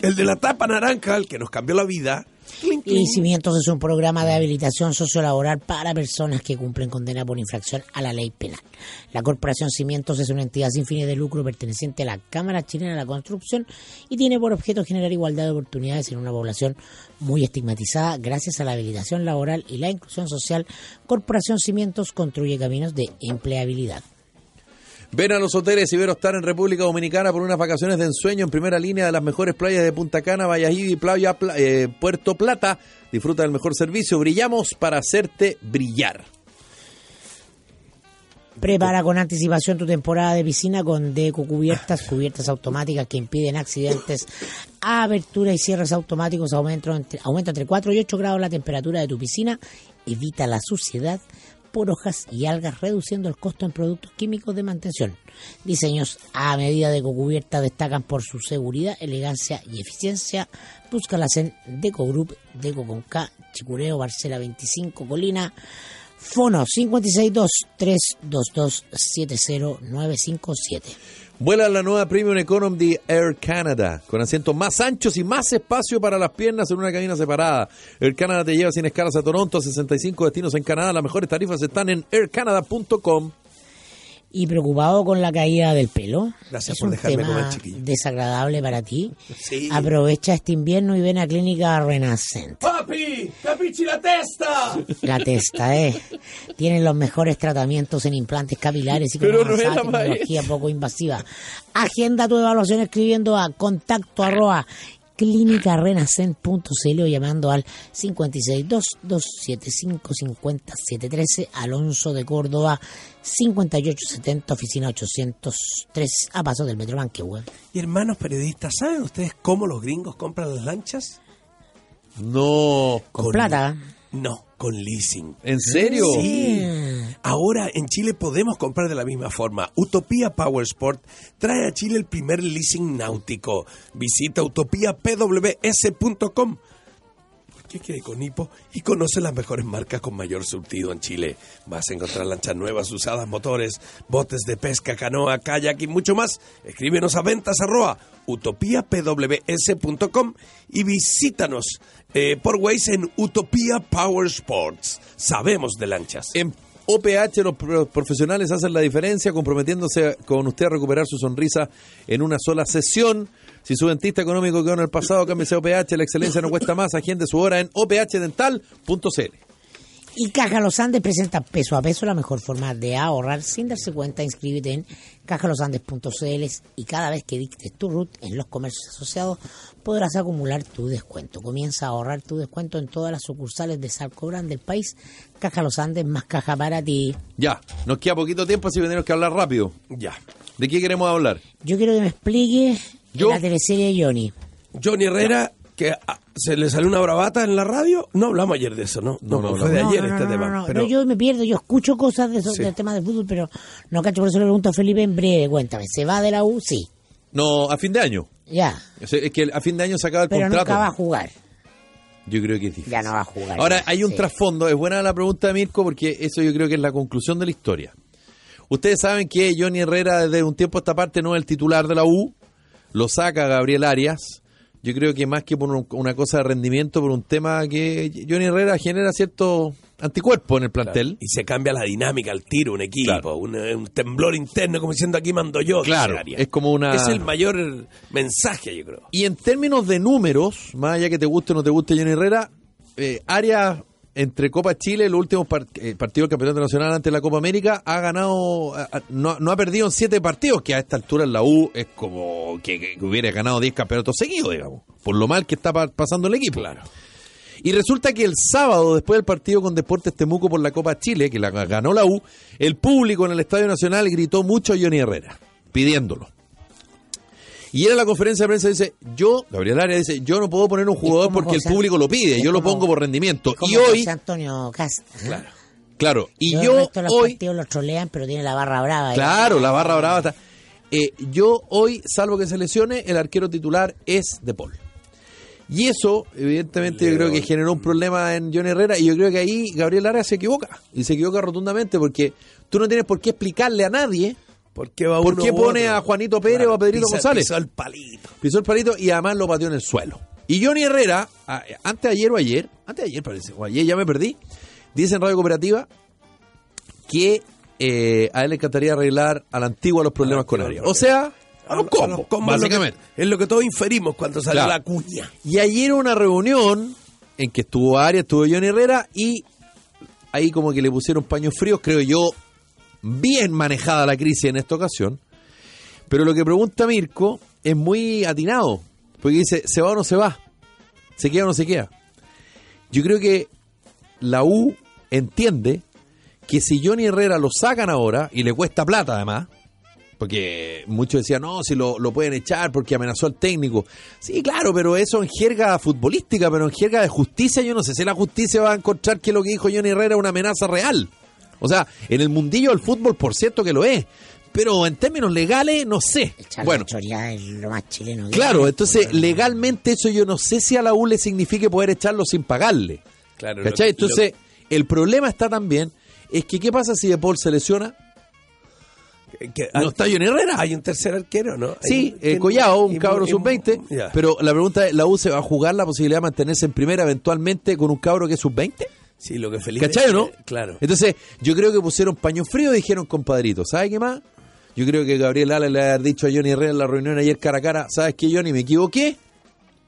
Speaker 1: El de la tapa naranja, el que nos cambió la vida. Clink,
Speaker 3: Y
Speaker 1: clink.
Speaker 3: si bien entonces es un programa de habilitación sociolaboral para personas que cumplen condena por infracción a la ley penal. La Corporación Cimientos es una entidad sin fines de lucro perteneciente a la Cámara Chilena de la Construcción y tiene por objeto generar igualdad de oportunidades en una población muy estigmatizada gracias a la habilitación laboral y la inclusión social. Corporación Cimientos construye caminos de empleabilidad.
Speaker 2: Ven a los hoteles Iberostar en República Dominicana por unas vacaciones de ensueño en primera línea de las mejores playas de Punta Cana, Valladolid y Playa Pla- eh, Puerto Plata. Disfruta del mejor servicio. Brillamos para hacerte brillar.
Speaker 3: Prepara con anticipación tu temporada de piscina con deco cubiertas, cubiertas automáticas que impiden accidentes, abertura y cierres automáticos, aumento entre, aumenta entre 4 y 8 grados la temperatura de tu piscina, evita la suciedad por hojas y algas, reduciendo el costo en productos químicos de mantención. Diseños a medida de cubierta destacan por su seguridad, elegancia y eficiencia. Búscalas en Deco Group, Deco con K, Chicureo, Barcela 25, Colina. Fono 562-322-70957.
Speaker 2: Vuela la nueva Premium Economy de Air Canada, con asientos más anchos y más espacio para las piernas en una cabina separada. Air Canada te lleva sin escalas a Toronto, a 65 destinos en Canadá. Las mejores tarifas están en aircanada.com.
Speaker 3: ¿Y preocupado con la caída del pelo?
Speaker 1: Gracias
Speaker 3: ¿Es
Speaker 1: por
Speaker 3: un
Speaker 1: dejarme
Speaker 3: tema
Speaker 1: comer, chiquillo.
Speaker 3: desagradable para ti?
Speaker 1: Sí.
Speaker 3: Aprovecha este invierno y ven a Clínica Renacent.
Speaker 1: ¡Papi! ¡Capichi la testa!
Speaker 3: La testa, ¿eh? Tienen los mejores tratamientos en implantes capilares y con
Speaker 2: Pero no es
Speaker 3: avanzada
Speaker 2: la maestra.
Speaker 3: tecnología poco invasiva. Agenda tu evaluación escribiendo a contacto arroba clínicarenacent.cl o llamando al 562-275-50713 Alonso de Córdoba 5870 oficina 803 a paso del Metro Manquehue.
Speaker 1: Y hermanos periodistas, ¿saben ustedes cómo los gringos compran las lanchas?
Speaker 2: No.
Speaker 3: Con plata.
Speaker 1: No, con leasing.
Speaker 2: ¿En serio?
Speaker 1: Sí. Ahora en Chile podemos comprar de la misma forma. Utopía Power Sport trae a Chile el primer leasing náutico. Visita utopiapws.com. ¿Por qué quiere con hipo? Y conoce las mejores marcas con mayor surtido en Chile. Vas a encontrar lanchas nuevas, usadas, motores, botes de pesca, canoa, kayak y mucho más. Escríbenos a ventas arroba utopiapws.com y visítanos eh, por Waze en Utopía Power Sports. Sabemos de lanchas.
Speaker 2: En OPH los pro- profesionales hacen la diferencia comprometiéndose con usted a recuperar su sonrisa en una sola sesión. Si su dentista económico quedó en el pasado, cámbiese a OPH. La excelencia no cuesta más. Agende su hora en ophdental.cl.
Speaker 3: Y Caja Los Andes presenta peso a peso la mejor forma de ahorrar sin darse cuenta. Inscríbete en cajalosandes.cl y cada vez que dictes tu RUT en los comercios asociados podrás acumular tu descuento. Comienza a ahorrar tu descuento en todas las sucursales de Salcobran del país. Caja Los Andes más caja para ti.
Speaker 2: Ya, nos queda poquito tiempo, así que tenemos que hablar rápido.
Speaker 1: Ya.
Speaker 2: ¿De qué queremos hablar?
Speaker 3: Yo quiero que me explique
Speaker 2: Yo-
Speaker 3: la teleserie de Johnny.
Speaker 1: Johnny Herrera, que ah, se le salió una bravata en la radio. No hablamos ayer de eso, ¿no?
Speaker 2: No,
Speaker 1: No,
Speaker 2: no
Speaker 1: fue de
Speaker 3: No,
Speaker 1: ayer
Speaker 3: no, no,
Speaker 1: este
Speaker 3: no,
Speaker 1: tema.
Speaker 3: no, no.
Speaker 1: pero
Speaker 3: No, yo me pierdo, yo escucho cosas de esos-
Speaker 1: Sí.
Speaker 3: del tema del fútbol, pero no cacho. Por eso le pregunto a Felipe en breve. Cuéntame, ¿se va de la U? Sí.
Speaker 2: No, a fin de año.
Speaker 3: Ya.
Speaker 2: Es es que a fin de año se acaba el
Speaker 3: Pero
Speaker 2: contrato.
Speaker 3: nunca va a jugar.
Speaker 2: Yo creo que es difícil.
Speaker 3: Ya no va a jugar.
Speaker 2: Ahora,
Speaker 3: ya,
Speaker 2: hay un
Speaker 3: sí.
Speaker 2: trasfondo. Es buena la pregunta de Mirko porque eso yo creo que es la conclusión de la historia. Ustedes saben que Johnny Herrera desde un tiempo a esta parte no es el titular de la U. Lo saca Gabriel Arias. Yo creo que más que por un- una cosa de rendimiento, por un tema que Johnny Herrera genera cierto anticuerpo en el plantel.
Speaker 1: Y se cambia la dinámica al tiro, un equipo,
Speaker 2: Claro.
Speaker 1: un, eh, un temblor interno, como diciendo aquí mando yo.
Speaker 2: Claro,
Speaker 1: dice Arias.
Speaker 2: es como una-
Speaker 1: Es el mayor mensaje, yo creo.
Speaker 2: Y en términos de números, más allá que te guste o no te guste Johnny Herrera, eh, Arias entre Copa Chile, los últimos par- eh, partidos del Campeonato Nacional ante la Copa América, ha ganado, a- a- no, no ha perdido en siete partidos, que a esta altura en la U es como que, que hubiera ganado 10 campeonatos seguidos, digamos, por lo mal que está pa- pasando el equipo. Y resulta que el sábado, después del partido con Deportes Temuco por la Copa Chile, que la ganó la U, el público en el Estadio Nacional gritó mucho a Johnny Herrera, pidiéndolo. Y él a la conferencia de prensa dice, yo, Gabriel Arias dice, yo no puedo poner un jugador
Speaker 3: como
Speaker 2: porque el
Speaker 3: José-
Speaker 2: público lo pide,
Speaker 3: es
Speaker 2: yo lo
Speaker 3: como-
Speaker 2: pongo por rendimiento.
Speaker 3: Como
Speaker 2: Y hoy,
Speaker 3: José Antonio Cast. Claro.
Speaker 2: claro, y
Speaker 3: Yo,
Speaker 2: yo
Speaker 3: los
Speaker 2: hoy,
Speaker 3: partidos los trolean, pero tiene la barra brava. ¿eh?
Speaker 2: claro, la barra brava está. Eh, yo hoy, salvo que se lesione, el arquero titular es De Paul. Y eso, evidentemente, yo creo que generó un problema en John Herrera y yo creo que ahí Gabriel Lara se equivoca. Y se equivoca rotundamente porque tú no tienes por qué explicarle a nadie
Speaker 1: ¿Por qué, va
Speaker 2: ¿Por
Speaker 1: uno
Speaker 2: qué
Speaker 1: u
Speaker 2: pone
Speaker 1: otro?
Speaker 2: a Juanito Pérez o a Pedrito
Speaker 1: pisa-
Speaker 2: González?
Speaker 1: pisó el palito.
Speaker 2: pisó el palito y además lo pateó en el suelo. Y Johnny Herrera, a- antes de ayer o ayer, antes de ayer parece, o ayer ya me perdí, dice en Radio Cooperativa que eh, a él le encantaría arreglar a la antigua los problemas con Arias. O sea, Ah, a los
Speaker 1: A
Speaker 2: combos,
Speaker 1: los combos,
Speaker 2: básicamente.
Speaker 1: lo que- es lo que todos inferimos cuando salió
Speaker 2: Claro.
Speaker 1: la cuña.
Speaker 2: Y ayer hubo una reunión en que estuvo Arias, estuvo Johnny Herrera y ahí como que le pusieron paños fríos, creo yo, bien manejada la crisis en esta ocasión. Pero lo que pregunta Mirko es muy atinado, porque dice, ¿se va o no se va? ¿Se queda o no se queda? Yo creo que la U entiende que si Johnny Herrera lo sacan ahora, y le cuesta plata además, porque muchos decían, no, si lo, lo pueden echar porque amenazó al técnico. Sí, claro, pero eso en jerga futbolística, pero en jerga de justicia, yo no sé si la justicia va a encontrar que lo que dijo Johnny Herrera es una amenaza real. O sea, en el mundillo del fútbol, por cierto que lo es. Pero en términos legales, no sé.
Speaker 3: El charla
Speaker 2: Bueno,
Speaker 3: choreada es lo más chileno. que
Speaker 2: Claro,
Speaker 3: hay.
Speaker 2: entonces legalmente eso yo no sé si a la U le signifique poder echarlo sin pagarle.
Speaker 1: Claro,
Speaker 2: ¿Cachai?
Speaker 1: lo-
Speaker 2: entonces, el problema está también, es que ¿qué pasa si De Paul se lesiona?
Speaker 1: Que-
Speaker 2: ¿No está Johnny Herrera?
Speaker 1: Hay un tercer arquero, ¿no? Hay
Speaker 2: Sí,
Speaker 1: un-
Speaker 2: eh,
Speaker 1: ¿quién-
Speaker 2: Collado, un
Speaker 1: y-
Speaker 2: cabro
Speaker 1: y-
Speaker 2: sub-20,
Speaker 1: ya.
Speaker 2: pero la pregunta es, ¿la U se va a jugar la posibilidad de mantenerse en primera eventualmente con un cabro que es sub-20?
Speaker 1: Sí, lo que Felipe.
Speaker 2: ¿Cachai o no?
Speaker 1: eh, Claro.
Speaker 2: Entonces, yo creo que pusieron paño frío y dijeron, compadrito, ¿sabe qué más? Yo creo que Gabriel Ala le ha dicho a Johnny Herrera en la reunión ayer cara a cara, ¿sabes qué, Johnny? Me equivoqué.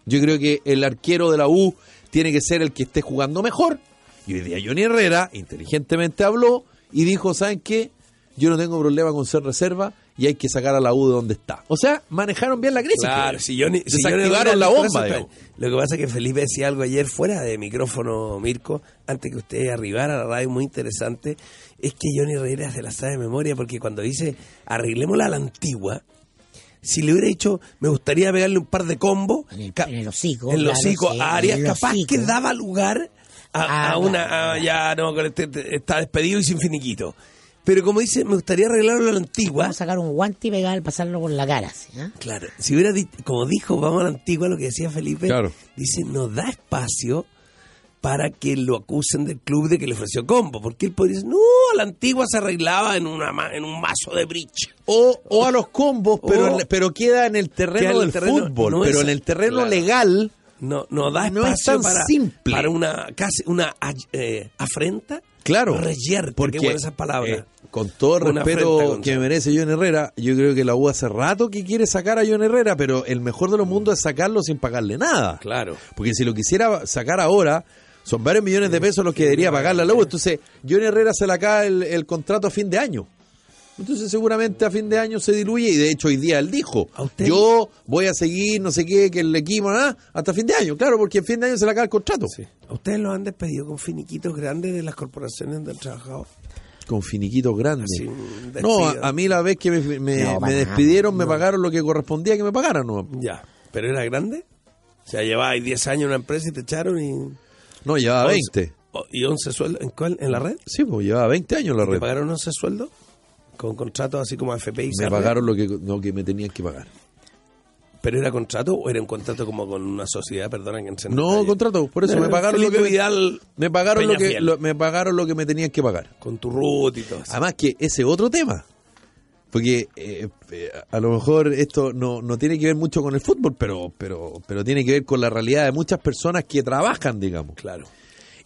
Speaker 2: Yo creo que el arquero de la U tiene que ser el que esté jugando mejor. Y hoy día Johnny Herrera inteligentemente habló y dijo, ¿saben qué? Yo no tengo problema con ser reserva y hay que sacar a la U de donde está. O sea, manejaron bien la (laughs) crisis.
Speaker 1: Claro,
Speaker 2: creo.
Speaker 1: si yo ni- si yo ni-
Speaker 2: Desactivaron la bomba. digamos.
Speaker 1: Lo que pasa es que Felipe decía algo ayer fuera de micrófono, Mirko, antes que usted arribara a la radio, muy interesante, es que Johnny Herrera se la sabe de memoria, porque cuando dice arreglémosla a la antigua, si le hubiera dicho, me gustaría pegarle un par de combos
Speaker 3: En el-
Speaker 1: ca-
Speaker 3: en el hocico,
Speaker 1: en el
Speaker 3: claro,
Speaker 1: hocico
Speaker 3: sí,
Speaker 1: a Arias,
Speaker 3: en el
Speaker 1: capaz
Speaker 3: hocico.
Speaker 1: que daba lugar a,
Speaker 3: Ah,
Speaker 1: a una,
Speaker 3: claro.
Speaker 1: a- ya no, con este- este- está despedido y sin finiquito. Pero como dice, me gustaría arreglarlo a la antigua.
Speaker 3: Vamos a sacar un guante y pegar, pasarlo por la cara. ¿sí? ¿Ah?
Speaker 1: Claro, si hubiera di- como dijo, vamos a la antigua, lo que decía Felipe,
Speaker 2: Claro.
Speaker 1: dice, no da espacio para que lo acusen del club de que le ofreció combo, porque él podría decir, no, a la antigua se arreglaba en, una ma- en un mazo de bridge.
Speaker 2: O, o a los combos, pero,
Speaker 1: O-
Speaker 2: en la- pero queda en el terreno
Speaker 1: Queda en el
Speaker 2: del
Speaker 1: terreno,
Speaker 2: fútbol,
Speaker 1: no
Speaker 2: pero
Speaker 1: es-
Speaker 2: en el terreno
Speaker 1: claro.
Speaker 2: legal.
Speaker 1: No, no da
Speaker 2: No es
Speaker 1: espacio
Speaker 2: tan
Speaker 1: para,
Speaker 2: simple.
Speaker 1: para una casi una a- eh, afrenta.
Speaker 2: Claro.
Speaker 1: Reyerta,
Speaker 2: porque
Speaker 1: qué buena esa palabra.
Speaker 2: eh, con todo el
Speaker 1: Una afrenta,
Speaker 2: respeto
Speaker 1: Gonzalo.
Speaker 2: que merece John Herrera, yo creo que la U hace rato que quiere sacar a John Herrera, pero el mejor de los mundos es sacarlo sin pagarle nada.
Speaker 1: Claro.
Speaker 2: Porque si lo quisiera sacar ahora, son varios millones de pesos los que debería pagarle a la U. Entonces, John Herrera se le acaba el, el contrato a fin de año. Entonces seguramente a fin de año se diluye y de hecho hoy día él dijo,
Speaker 1: ¿A usted?
Speaker 2: yo voy a seguir no sé qué, que el equipo, nada, hasta fin de año, claro, porque en fin de año se le acaba el contrato.
Speaker 1: ¿A ustedes los han despedido con finiquitos grandes de las corporaciones donde han trabajado?
Speaker 2: Con finiquitos grandes.
Speaker 1: Así, un despido.
Speaker 2: no, a, a mí la vez que me, me-
Speaker 3: No,
Speaker 2: me
Speaker 3: para
Speaker 2: despidieron, me pagaron lo que correspondía que me pagaran. No,
Speaker 1: Ya, pero era grande. O sea, llevabais 10 años en una empresa y te echaron y...
Speaker 2: no llevaba
Speaker 1: Once-
Speaker 2: 20.
Speaker 1: o- ¿Y 11 sueldos? ¿En cuál? ¿En la red?
Speaker 2: Sí, pues llevaba 20 años la
Speaker 1: ¿Te
Speaker 2: red.
Speaker 1: pagaron 11 sueldos? ¿Con contratos así como AFP y
Speaker 2: Me
Speaker 1: Sarre?
Speaker 2: pagaron lo que, lo que me tenían que pagar.
Speaker 1: ¿Pero era contrato o era un contrato como con una sociedad? Perdona que encendí
Speaker 2: No,
Speaker 1: ayer.
Speaker 2: contrato, por eso me
Speaker 1: (laughs)
Speaker 2: pagaron lo
Speaker 1: Eh, Felipe
Speaker 2: que
Speaker 1: Vidal
Speaker 2: me pagaron lo que
Speaker 1: Peñafiel.
Speaker 2: lo- me pagaron lo que me tenían que pagar.
Speaker 1: Con tu root y todo eso.
Speaker 2: Además que ese otro tema. Porque eh, eh, a lo mejor esto no, no tiene que ver mucho con el fútbol, pero, pero, pero tiene que ver con la realidad de muchas personas que trabajan, digamos.
Speaker 1: Claro.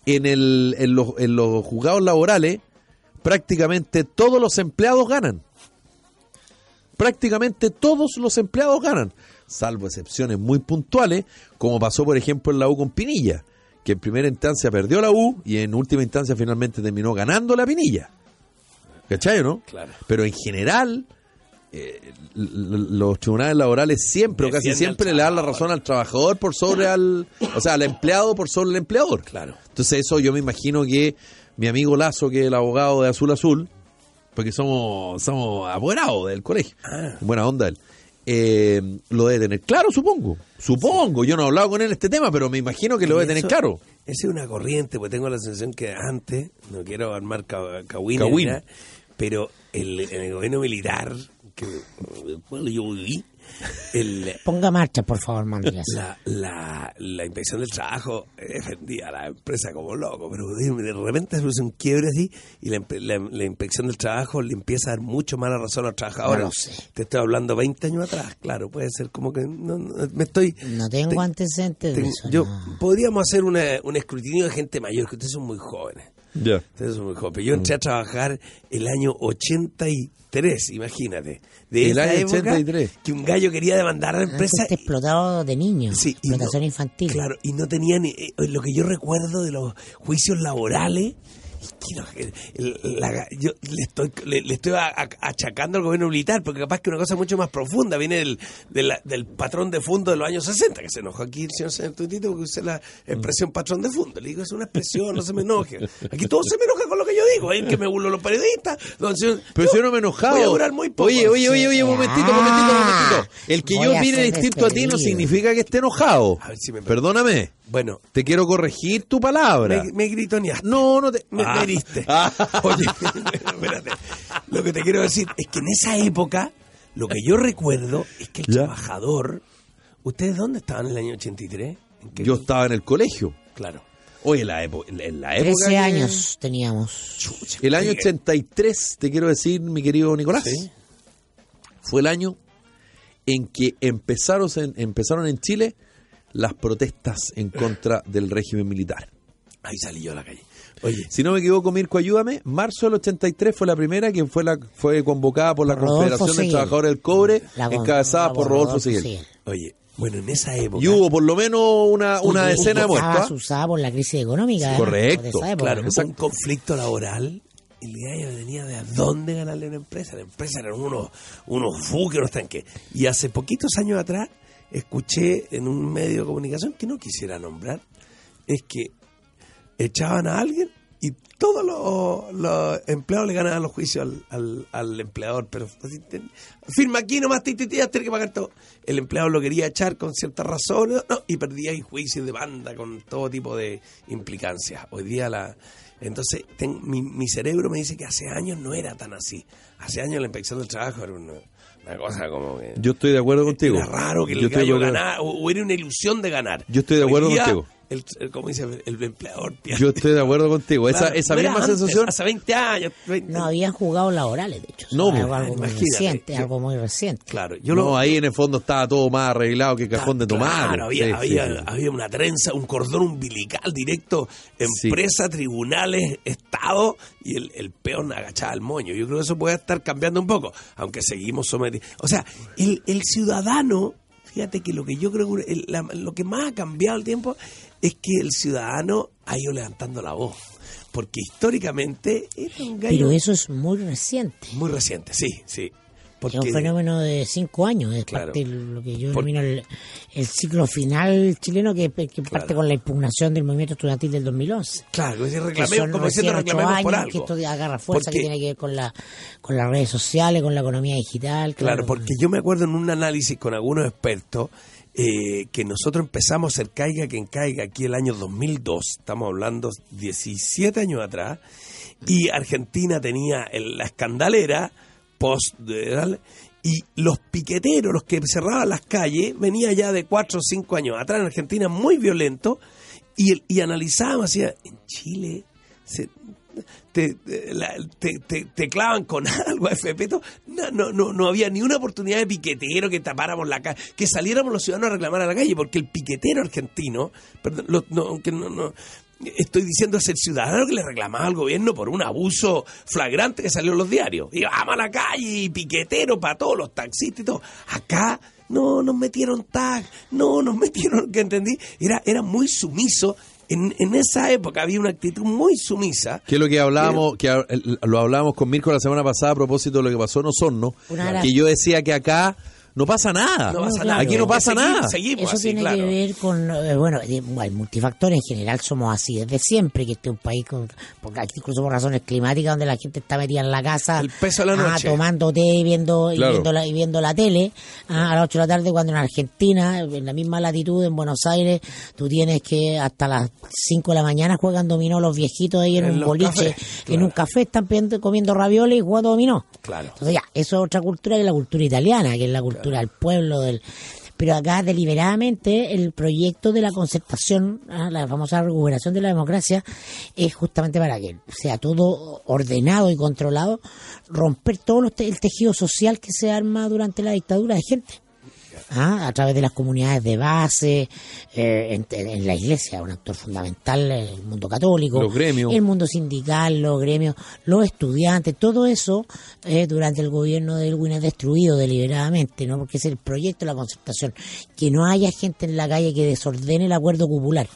Speaker 2: en, el, en, los, en los juzgados laborales, prácticamente todos los empleados ganan. Prácticamente todos los empleados ganan, salvo excepciones muy puntuales, como pasó, por ejemplo, en la U con Pinilla, que en primera instancia perdió la U y en última instancia finalmente terminó ganando la Pinilla. ¿Cachai, o no?
Speaker 1: Claro.
Speaker 2: Pero en general, eh, l- l- los tribunales laborales siempre, o casi
Speaker 1: Defiende al
Speaker 2: siempre, le dan la razón al trabajador por sobre al. O sea, al empleado por sobre el empleador.
Speaker 1: Claro.
Speaker 2: Entonces, eso yo me imagino que mi amigo Lazo, que es el abogado de Azul Azul, porque somos, somos apoderados del colegio.
Speaker 1: Ah.
Speaker 2: Buena onda él. Eh, lo debe tener claro, supongo. Supongo. Yo no he hablado con él este tema, pero me imagino que lo debe
Speaker 1: Y
Speaker 2: tener
Speaker 1: eso-
Speaker 2: claro.
Speaker 1: Esa es una corriente, porque tengo la sensación que antes, no quiero armar ca- cahuín,
Speaker 2: Cahuín.
Speaker 1: ni nada, pero el, en el gobierno militar, que, en el cual yo viví, el-
Speaker 3: Ponga marcha, por favor, Matías.
Speaker 1: la, la, la inspección del trabajo eh, defendía a la empresa como loco, pero de de repente se produce un quiebre así y la, empe- la- la inspección del trabajo le empieza a dar mucho mala razón a los trabajadores.
Speaker 3: No lo sé.
Speaker 1: Te estoy hablando 20 años atrás, claro, puede ser como que no, no, me estoy...
Speaker 3: No tengo
Speaker 1: te-
Speaker 3: antecedentes de
Speaker 1: te-
Speaker 3: eso,
Speaker 1: yo,
Speaker 3: no.
Speaker 1: Podríamos hacer una- un escrutinio de gente mayor, que ustedes son muy jóvenes.
Speaker 2: Ya.
Speaker 1: Ustedes son muy jóvenes. Yo
Speaker 3: Mm.
Speaker 1: entré a trabajar el año 83, imagínate.
Speaker 2: El
Speaker 1: De esa
Speaker 2: año
Speaker 1: época
Speaker 2: 83.
Speaker 1: que un gallo quería demandar a la
Speaker 3: Antes
Speaker 1: empresa
Speaker 3: te Ah, explotado de niño,
Speaker 1: Sí, y
Speaker 3: explotación
Speaker 1: no-
Speaker 3: infantil.
Speaker 1: Claro, y no tenían eh, lo que yo recuerdo de los juicios laborales. es que los- el- la- yo le estoy, le, le estoy a- a- achacando al gobierno militar, porque capaz que una cosa mucho más profunda viene del, de la- del patrón de fondo de los años 60, que se enojó aquí el señor Santutito porque usé la expresión patrón de fondo. Le digo, es una expresión, no se me enoje. Aquí todo se me enoja con lo que yo digo. Hay que me burlo los periodistas. los-
Speaker 2: Pero si yo no me he enojado.
Speaker 1: Voy a durar muy poco.
Speaker 2: Oye, oye, oye, oye, un momentito, un momentito, un
Speaker 3: Ah,
Speaker 2: momentito. El que
Speaker 3: voy
Speaker 2: yo
Speaker 3: a
Speaker 2: mire
Speaker 3: ser
Speaker 2: distinto a ti no
Speaker 3: despedido.
Speaker 2: significa que esté enojado.
Speaker 1: A ver si me-
Speaker 2: Perdóname.
Speaker 1: Bueno,
Speaker 2: Te quiero corregir tu palabra.
Speaker 1: Me, me gritoneaste.
Speaker 2: No, no te.
Speaker 1: Me, me
Speaker 2: Ah.
Speaker 1: heriste.
Speaker 2: (laughs) Ah.
Speaker 1: Oye, espérate. Lo que te quiero decir es que en esa época, lo que yo recuerdo es que el
Speaker 2: Ya.
Speaker 1: trabajador. ¿Ustedes dónde estaban en el año 83? ¿En qué-
Speaker 2: Yo estaba en el colegio.
Speaker 1: Claro.
Speaker 2: Oye, la época. En la época
Speaker 3: 13
Speaker 2: que-
Speaker 3: años teníamos.
Speaker 2: El año
Speaker 1: Oye,
Speaker 2: 83, te quiero decir, mi querido Nicolás,
Speaker 1: Sí.
Speaker 2: fue el año en que empezaron en, empezaron en Chile las protestas en contra del régimen militar.
Speaker 1: Ahí salí yo a la calle. Oye,
Speaker 2: Si no me equivoco, Mirko, ayúdame. Marzo del 83 fue la primera que fue la fue convocada por la
Speaker 3: Rodolfo
Speaker 2: Confederación de
Speaker 3: Seguel.
Speaker 2: Trabajadores del Cobre,
Speaker 3: La con-
Speaker 2: encabezada
Speaker 3: la
Speaker 2: por Rodolfo Seguel.
Speaker 3: Seguel.
Speaker 1: oye, bueno, en esa época.
Speaker 2: Y hubo por lo menos una, una
Speaker 3: Y- y
Speaker 2: decena de
Speaker 3: que estaba
Speaker 2: muertos. ¿ah?
Speaker 3: asustada por la crisis económica. ¿eh?
Speaker 2: correcto,
Speaker 3: De esa época,
Speaker 1: Claro,
Speaker 3: ¿no?
Speaker 1: un conflicto laboral. Y el gallo tenía de a dónde ganarle a una empresa. La empresa eran unos, unos buques, unos tanques. Y hace poquitos años atrás escuché en un medio de comunicación que no quisiera nombrar, es que echaban a alguien y todos los, los empleados le ganaban los juicios al, al- al empleador. Pero así ten- firma aquí nomás, ti, ti, ti, ya tienes que pagar todo. El empleado lo quería echar con ciertas razones no, y perdía en juicios de banda con todo tipo de implicancias. Hoy día la... Entonces, ten- mi, mi cerebro me dice que hace años no era tan así. Hace años la inspección del trabajo era una, una cosa como que...
Speaker 2: Yo estoy de acuerdo contigo.
Speaker 1: Era raro que el
Speaker 2: Yo estoy de
Speaker 1: gallo
Speaker 2: acuerdo-
Speaker 1: ganara, o, o era una ilusión de ganar.
Speaker 2: Yo estoy de
Speaker 1: Hoy
Speaker 2: acuerdo
Speaker 1: día,
Speaker 2: contigo.
Speaker 1: El, el- como dice el empleador, pierde.
Speaker 2: Yo estoy de acuerdo contigo. Pues Esa,
Speaker 1: Claro,
Speaker 2: esa
Speaker 1: no era
Speaker 2: misma
Speaker 1: antes,
Speaker 2: sensación.
Speaker 1: Hace 20 años. 20.
Speaker 3: No habían jugado laborales, de hecho.
Speaker 2: No,
Speaker 3: algo,
Speaker 2: pues,
Speaker 3: algo muy
Speaker 1: imagínate.
Speaker 3: reciente,
Speaker 1: Sí.
Speaker 3: algo muy reciente.
Speaker 1: Claro, yo
Speaker 2: no,
Speaker 1: lo.
Speaker 2: ahí en el fondo estaba todo más arreglado que cajón de tomate.
Speaker 1: Claro, había,
Speaker 2: Sí,
Speaker 1: había,
Speaker 2: sí, sí.
Speaker 1: había una trenza, un cordón umbilical directo,
Speaker 2: Sí.
Speaker 1: empresa, tribunales, Estado, y el, el peón agachaba al moño. Yo creo que eso puede estar cambiando un poco, aunque seguimos sometidos. O sea, el, el ciudadano, fíjate que lo que yo creo que el- la- lo que más ha cambiado el tiempo es que el ciudadano ha ido levantando la voz. Porque históricamente era un gallo
Speaker 3: Pero eso es muy reciente.
Speaker 1: muy reciente, sí, sí. Porque,
Speaker 3: Es un fenómeno de cinco años, es
Speaker 1: Claro.
Speaker 3: parte de lo que yo
Speaker 1: Por-
Speaker 3: denomino el, el ciclo final chileno que, que parte con la impugnación del movimiento estudiantil del 2011.
Speaker 1: Claro, si
Speaker 3: Que
Speaker 1: reclamemos,
Speaker 3: son
Speaker 1: como diciendo
Speaker 3: recién ocho
Speaker 1: reclamemos por
Speaker 3: años que
Speaker 1: algo.
Speaker 3: esto agarra fuerza,
Speaker 1: Porque-
Speaker 3: que tiene que ver con, la, con las redes sociales, con la economía digital.
Speaker 1: Claro, porque yo me acuerdo en un análisis con algunos expertos eh, que nosotros empezamos a hacer caiga quien caiga aquí el año 2002, estamos hablando 17 años atrás, y Argentina tenía el- la escandalera post de- y los piqueteros, los que cerraban las calles, venía ya de 4 o 5 años atrás en Argentina, muy violento, y, el- y analizábamos, decía, en Chile se- te, te- la- te- te- te clavan con (laughs) algo FP. todo. No, no, no, no había ni una oportunidad de piquetero que tapáramos la calle, que saliéramos los ciudadanos a reclamar a la calle, porque el piquetero argentino, perdón, lo- no, aunque no, no, estoy diciendo es el ciudadano que le reclamaba al gobierno por un abuso flagrante que salió en los diarios. Y vamos a la calle y piquetero para todos los taxistas y todo. Acá no nos metieron tag, no nos (laughs) metieron, que entendí, era, era muy sumiso. En, en esa época había una actitud muy sumisa.
Speaker 2: Que es lo que hablábamos, que ha- el- lo hablábamos con Mirko la semana pasada a propósito de lo que pasó en Osorno,
Speaker 3: Una hora.
Speaker 2: que yo decía que acá no pasa nada.
Speaker 3: No,
Speaker 1: No pasa nada.
Speaker 3: claro.
Speaker 2: Aquí no pasa
Speaker 1: Seguimos-
Speaker 2: nada.
Speaker 1: Seguimos
Speaker 3: Eso
Speaker 1: así,
Speaker 3: tiene
Speaker 1: claro.
Speaker 3: que ver con, eh, bueno, eh, el multifactor en general somos así desde siempre, que este es un país, con, porque aquí incluso por razones climáticas, donde la gente está metida en la casa,
Speaker 1: El peso de la
Speaker 3: ah,
Speaker 1: noche.
Speaker 3: tomando té y viendo, y
Speaker 2: Claro.
Speaker 3: viendo, la, y viendo la tele, ah, a las 8 de la tarde, cuando en Argentina, en la misma latitud, en Buenos Aires, tú tienes que hasta las 5 de la mañana juegan dominó los viejitos ahí en,
Speaker 1: En
Speaker 3: un
Speaker 1: los
Speaker 3: boliche,
Speaker 1: cafés,
Speaker 3: en
Speaker 1: claro.
Speaker 3: un café, están pidiendo- comiendo ravioles y jugando dominó.
Speaker 1: Claro.
Speaker 3: Entonces ya, eso es otra cultura que es la cultura italiana, que es la cultura cultura del pueblo, del pero acá deliberadamente el proyecto de la concertación, ah, la famosa recuperación de la democracia, es justamente para que sea todo ordenado y controlado, romper todo los te- el tejido social que se arma durante la dictadura de gente. Ah, a través de las comunidades de base, eh, en, en la iglesia, un actor fundamental, el mundo católico,
Speaker 2: Los gremios.
Speaker 3: el mundo sindical, los gremios, los estudiantes, todo eso eh, durante el gobierno de Elwin es destruido deliberadamente, ¿no? porque es el proyecto de la concertación, que no haya gente en la calle que desordene el acuerdo popular,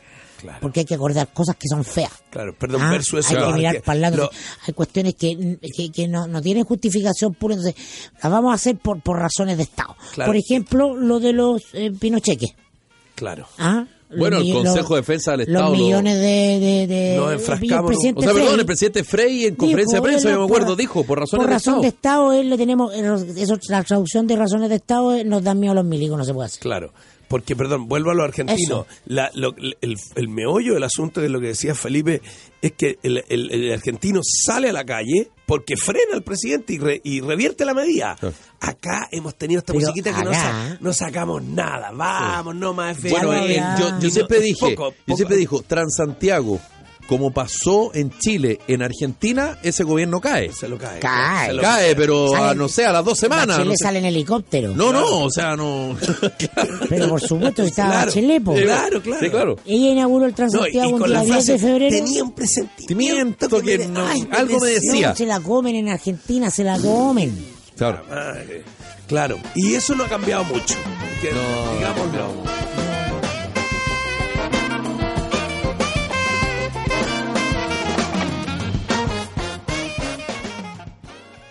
Speaker 3: porque hay que acordar cosas que son feas.
Speaker 1: Claro, perdón,
Speaker 3: Ah,
Speaker 1: versus eso.
Speaker 3: Hay que
Speaker 1: no,
Speaker 3: mirar
Speaker 1: que-
Speaker 3: para el lado.
Speaker 1: lo-
Speaker 3: Hay cuestiones que, que, que no, no tienen justificación pura, entonces las vamos a hacer por, por razones de Estado.
Speaker 1: Claro.
Speaker 3: Por ejemplo, lo de los eh, pinocheques.
Speaker 1: claro.
Speaker 3: ¿ah? Los
Speaker 2: Bueno, el
Speaker 3: mi-
Speaker 2: Consejo de Defensa del Estado lo-
Speaker 3: Los millones de. de, de-
Speaker 1: Nos
Speaker 3: de-
Speaker 1: enfrascamos,
Speaker 2: O sea, perdón,
Speaker 3: Frey
Speaker 2: el presidente Frey en
Speaker 3: dijo,
Speaker 2: conferencia de prensa,
Speaker 3: él
Speaker 2: yo me
Speaker 3: por-
Speaker 2: acuerdo, dijo, por razones
Speaker 3: por
Speaker 2: de
Speaker 3: razón
Speaker 2: Estado.
Speaker 3: de Estado, él le tenemos. eh, Eso, la traducción de razones de Estado eh, nos da miedo a los milicos, no se puede hacer.
Speaker 1: Claro, porque, perdón, vuelvo a los
Speaker 3: Eso.
Speaker 1: argentinos. La- lo- el, el meollo del asunto de lo que decía Felipe es que el, el- el argentino sale a la calle porque frena al presidente y, re- y revierte la medida.
Speaker 2: Ah.
Speaker 1: Acá hemos tenido esta
Speaker 3: Pero
Speaker 1: musiquita que no,
Speaker 3: acá-
Speaker 1: sa- no sacamos nada. Vamos, no más FM.
Speaker 2: Bueno,
Speaker 3: Ya
Speaker 2: eh,
Speaker 3: no
Speaker 2: yo,
Speaker 3: habrá.
Speaker 2: yo
Speaker 1: Y
Speaker 2: siempre
Speaker 1: no-
Speaker 2: dije,
Speaker 1: poco,
Speaker 2: yo
Speaker 1: poco-
Speaker 2: siempre dijo, Transantiago, como pasó en Chile, en Argentina, ese gobierno cae.
Speaker 1: Se lo cae.
Speaker 3: Cae.
Speaker 1: se lo
Speaker 2: Cae, pero a,
Speaker 3: Sale-
Speaker 2: no sé, a las dos semanas.
Speaker 3: Bachelet
Speaker 2: No, sé.
Speaker 3: sale en helicóptero.
Speaker 2: no, no, o sea, no.
Speaker 3: Pero por
Speaker 2: (laughs)
Speaker 3: supuesto, estaba
Speaker 1: Claro,
Speaker 3: Bachelet, po.
Speaker 1: Claro, claro.
Speaker 2: Sí, claro.
Speaker 3: Ella inauguró el
Speaker 1: No, y,
Speaker 3: Transantiago
Speaker 1: y con
Speaker 3: un día
Speaker 1: la
Speaker 3: 10
Speaker 1: frase,
Speaker 3: de febrero.
Speaker 1: tenía un presentimiento
Speaker 2: Sentimiento que
Speaker 1: me-
Speaker 2: no-
Speaker 1: ay,
Speaker 2: algo me
Speaker 3: No,
Speaker 2: decía.
Speaker 3: se la comen en Argentina, se la comen.
Speaker 2: Claro.
Speaker 1: Madre. Claro, y eso no ha cambiado mucho. que- digámoslo.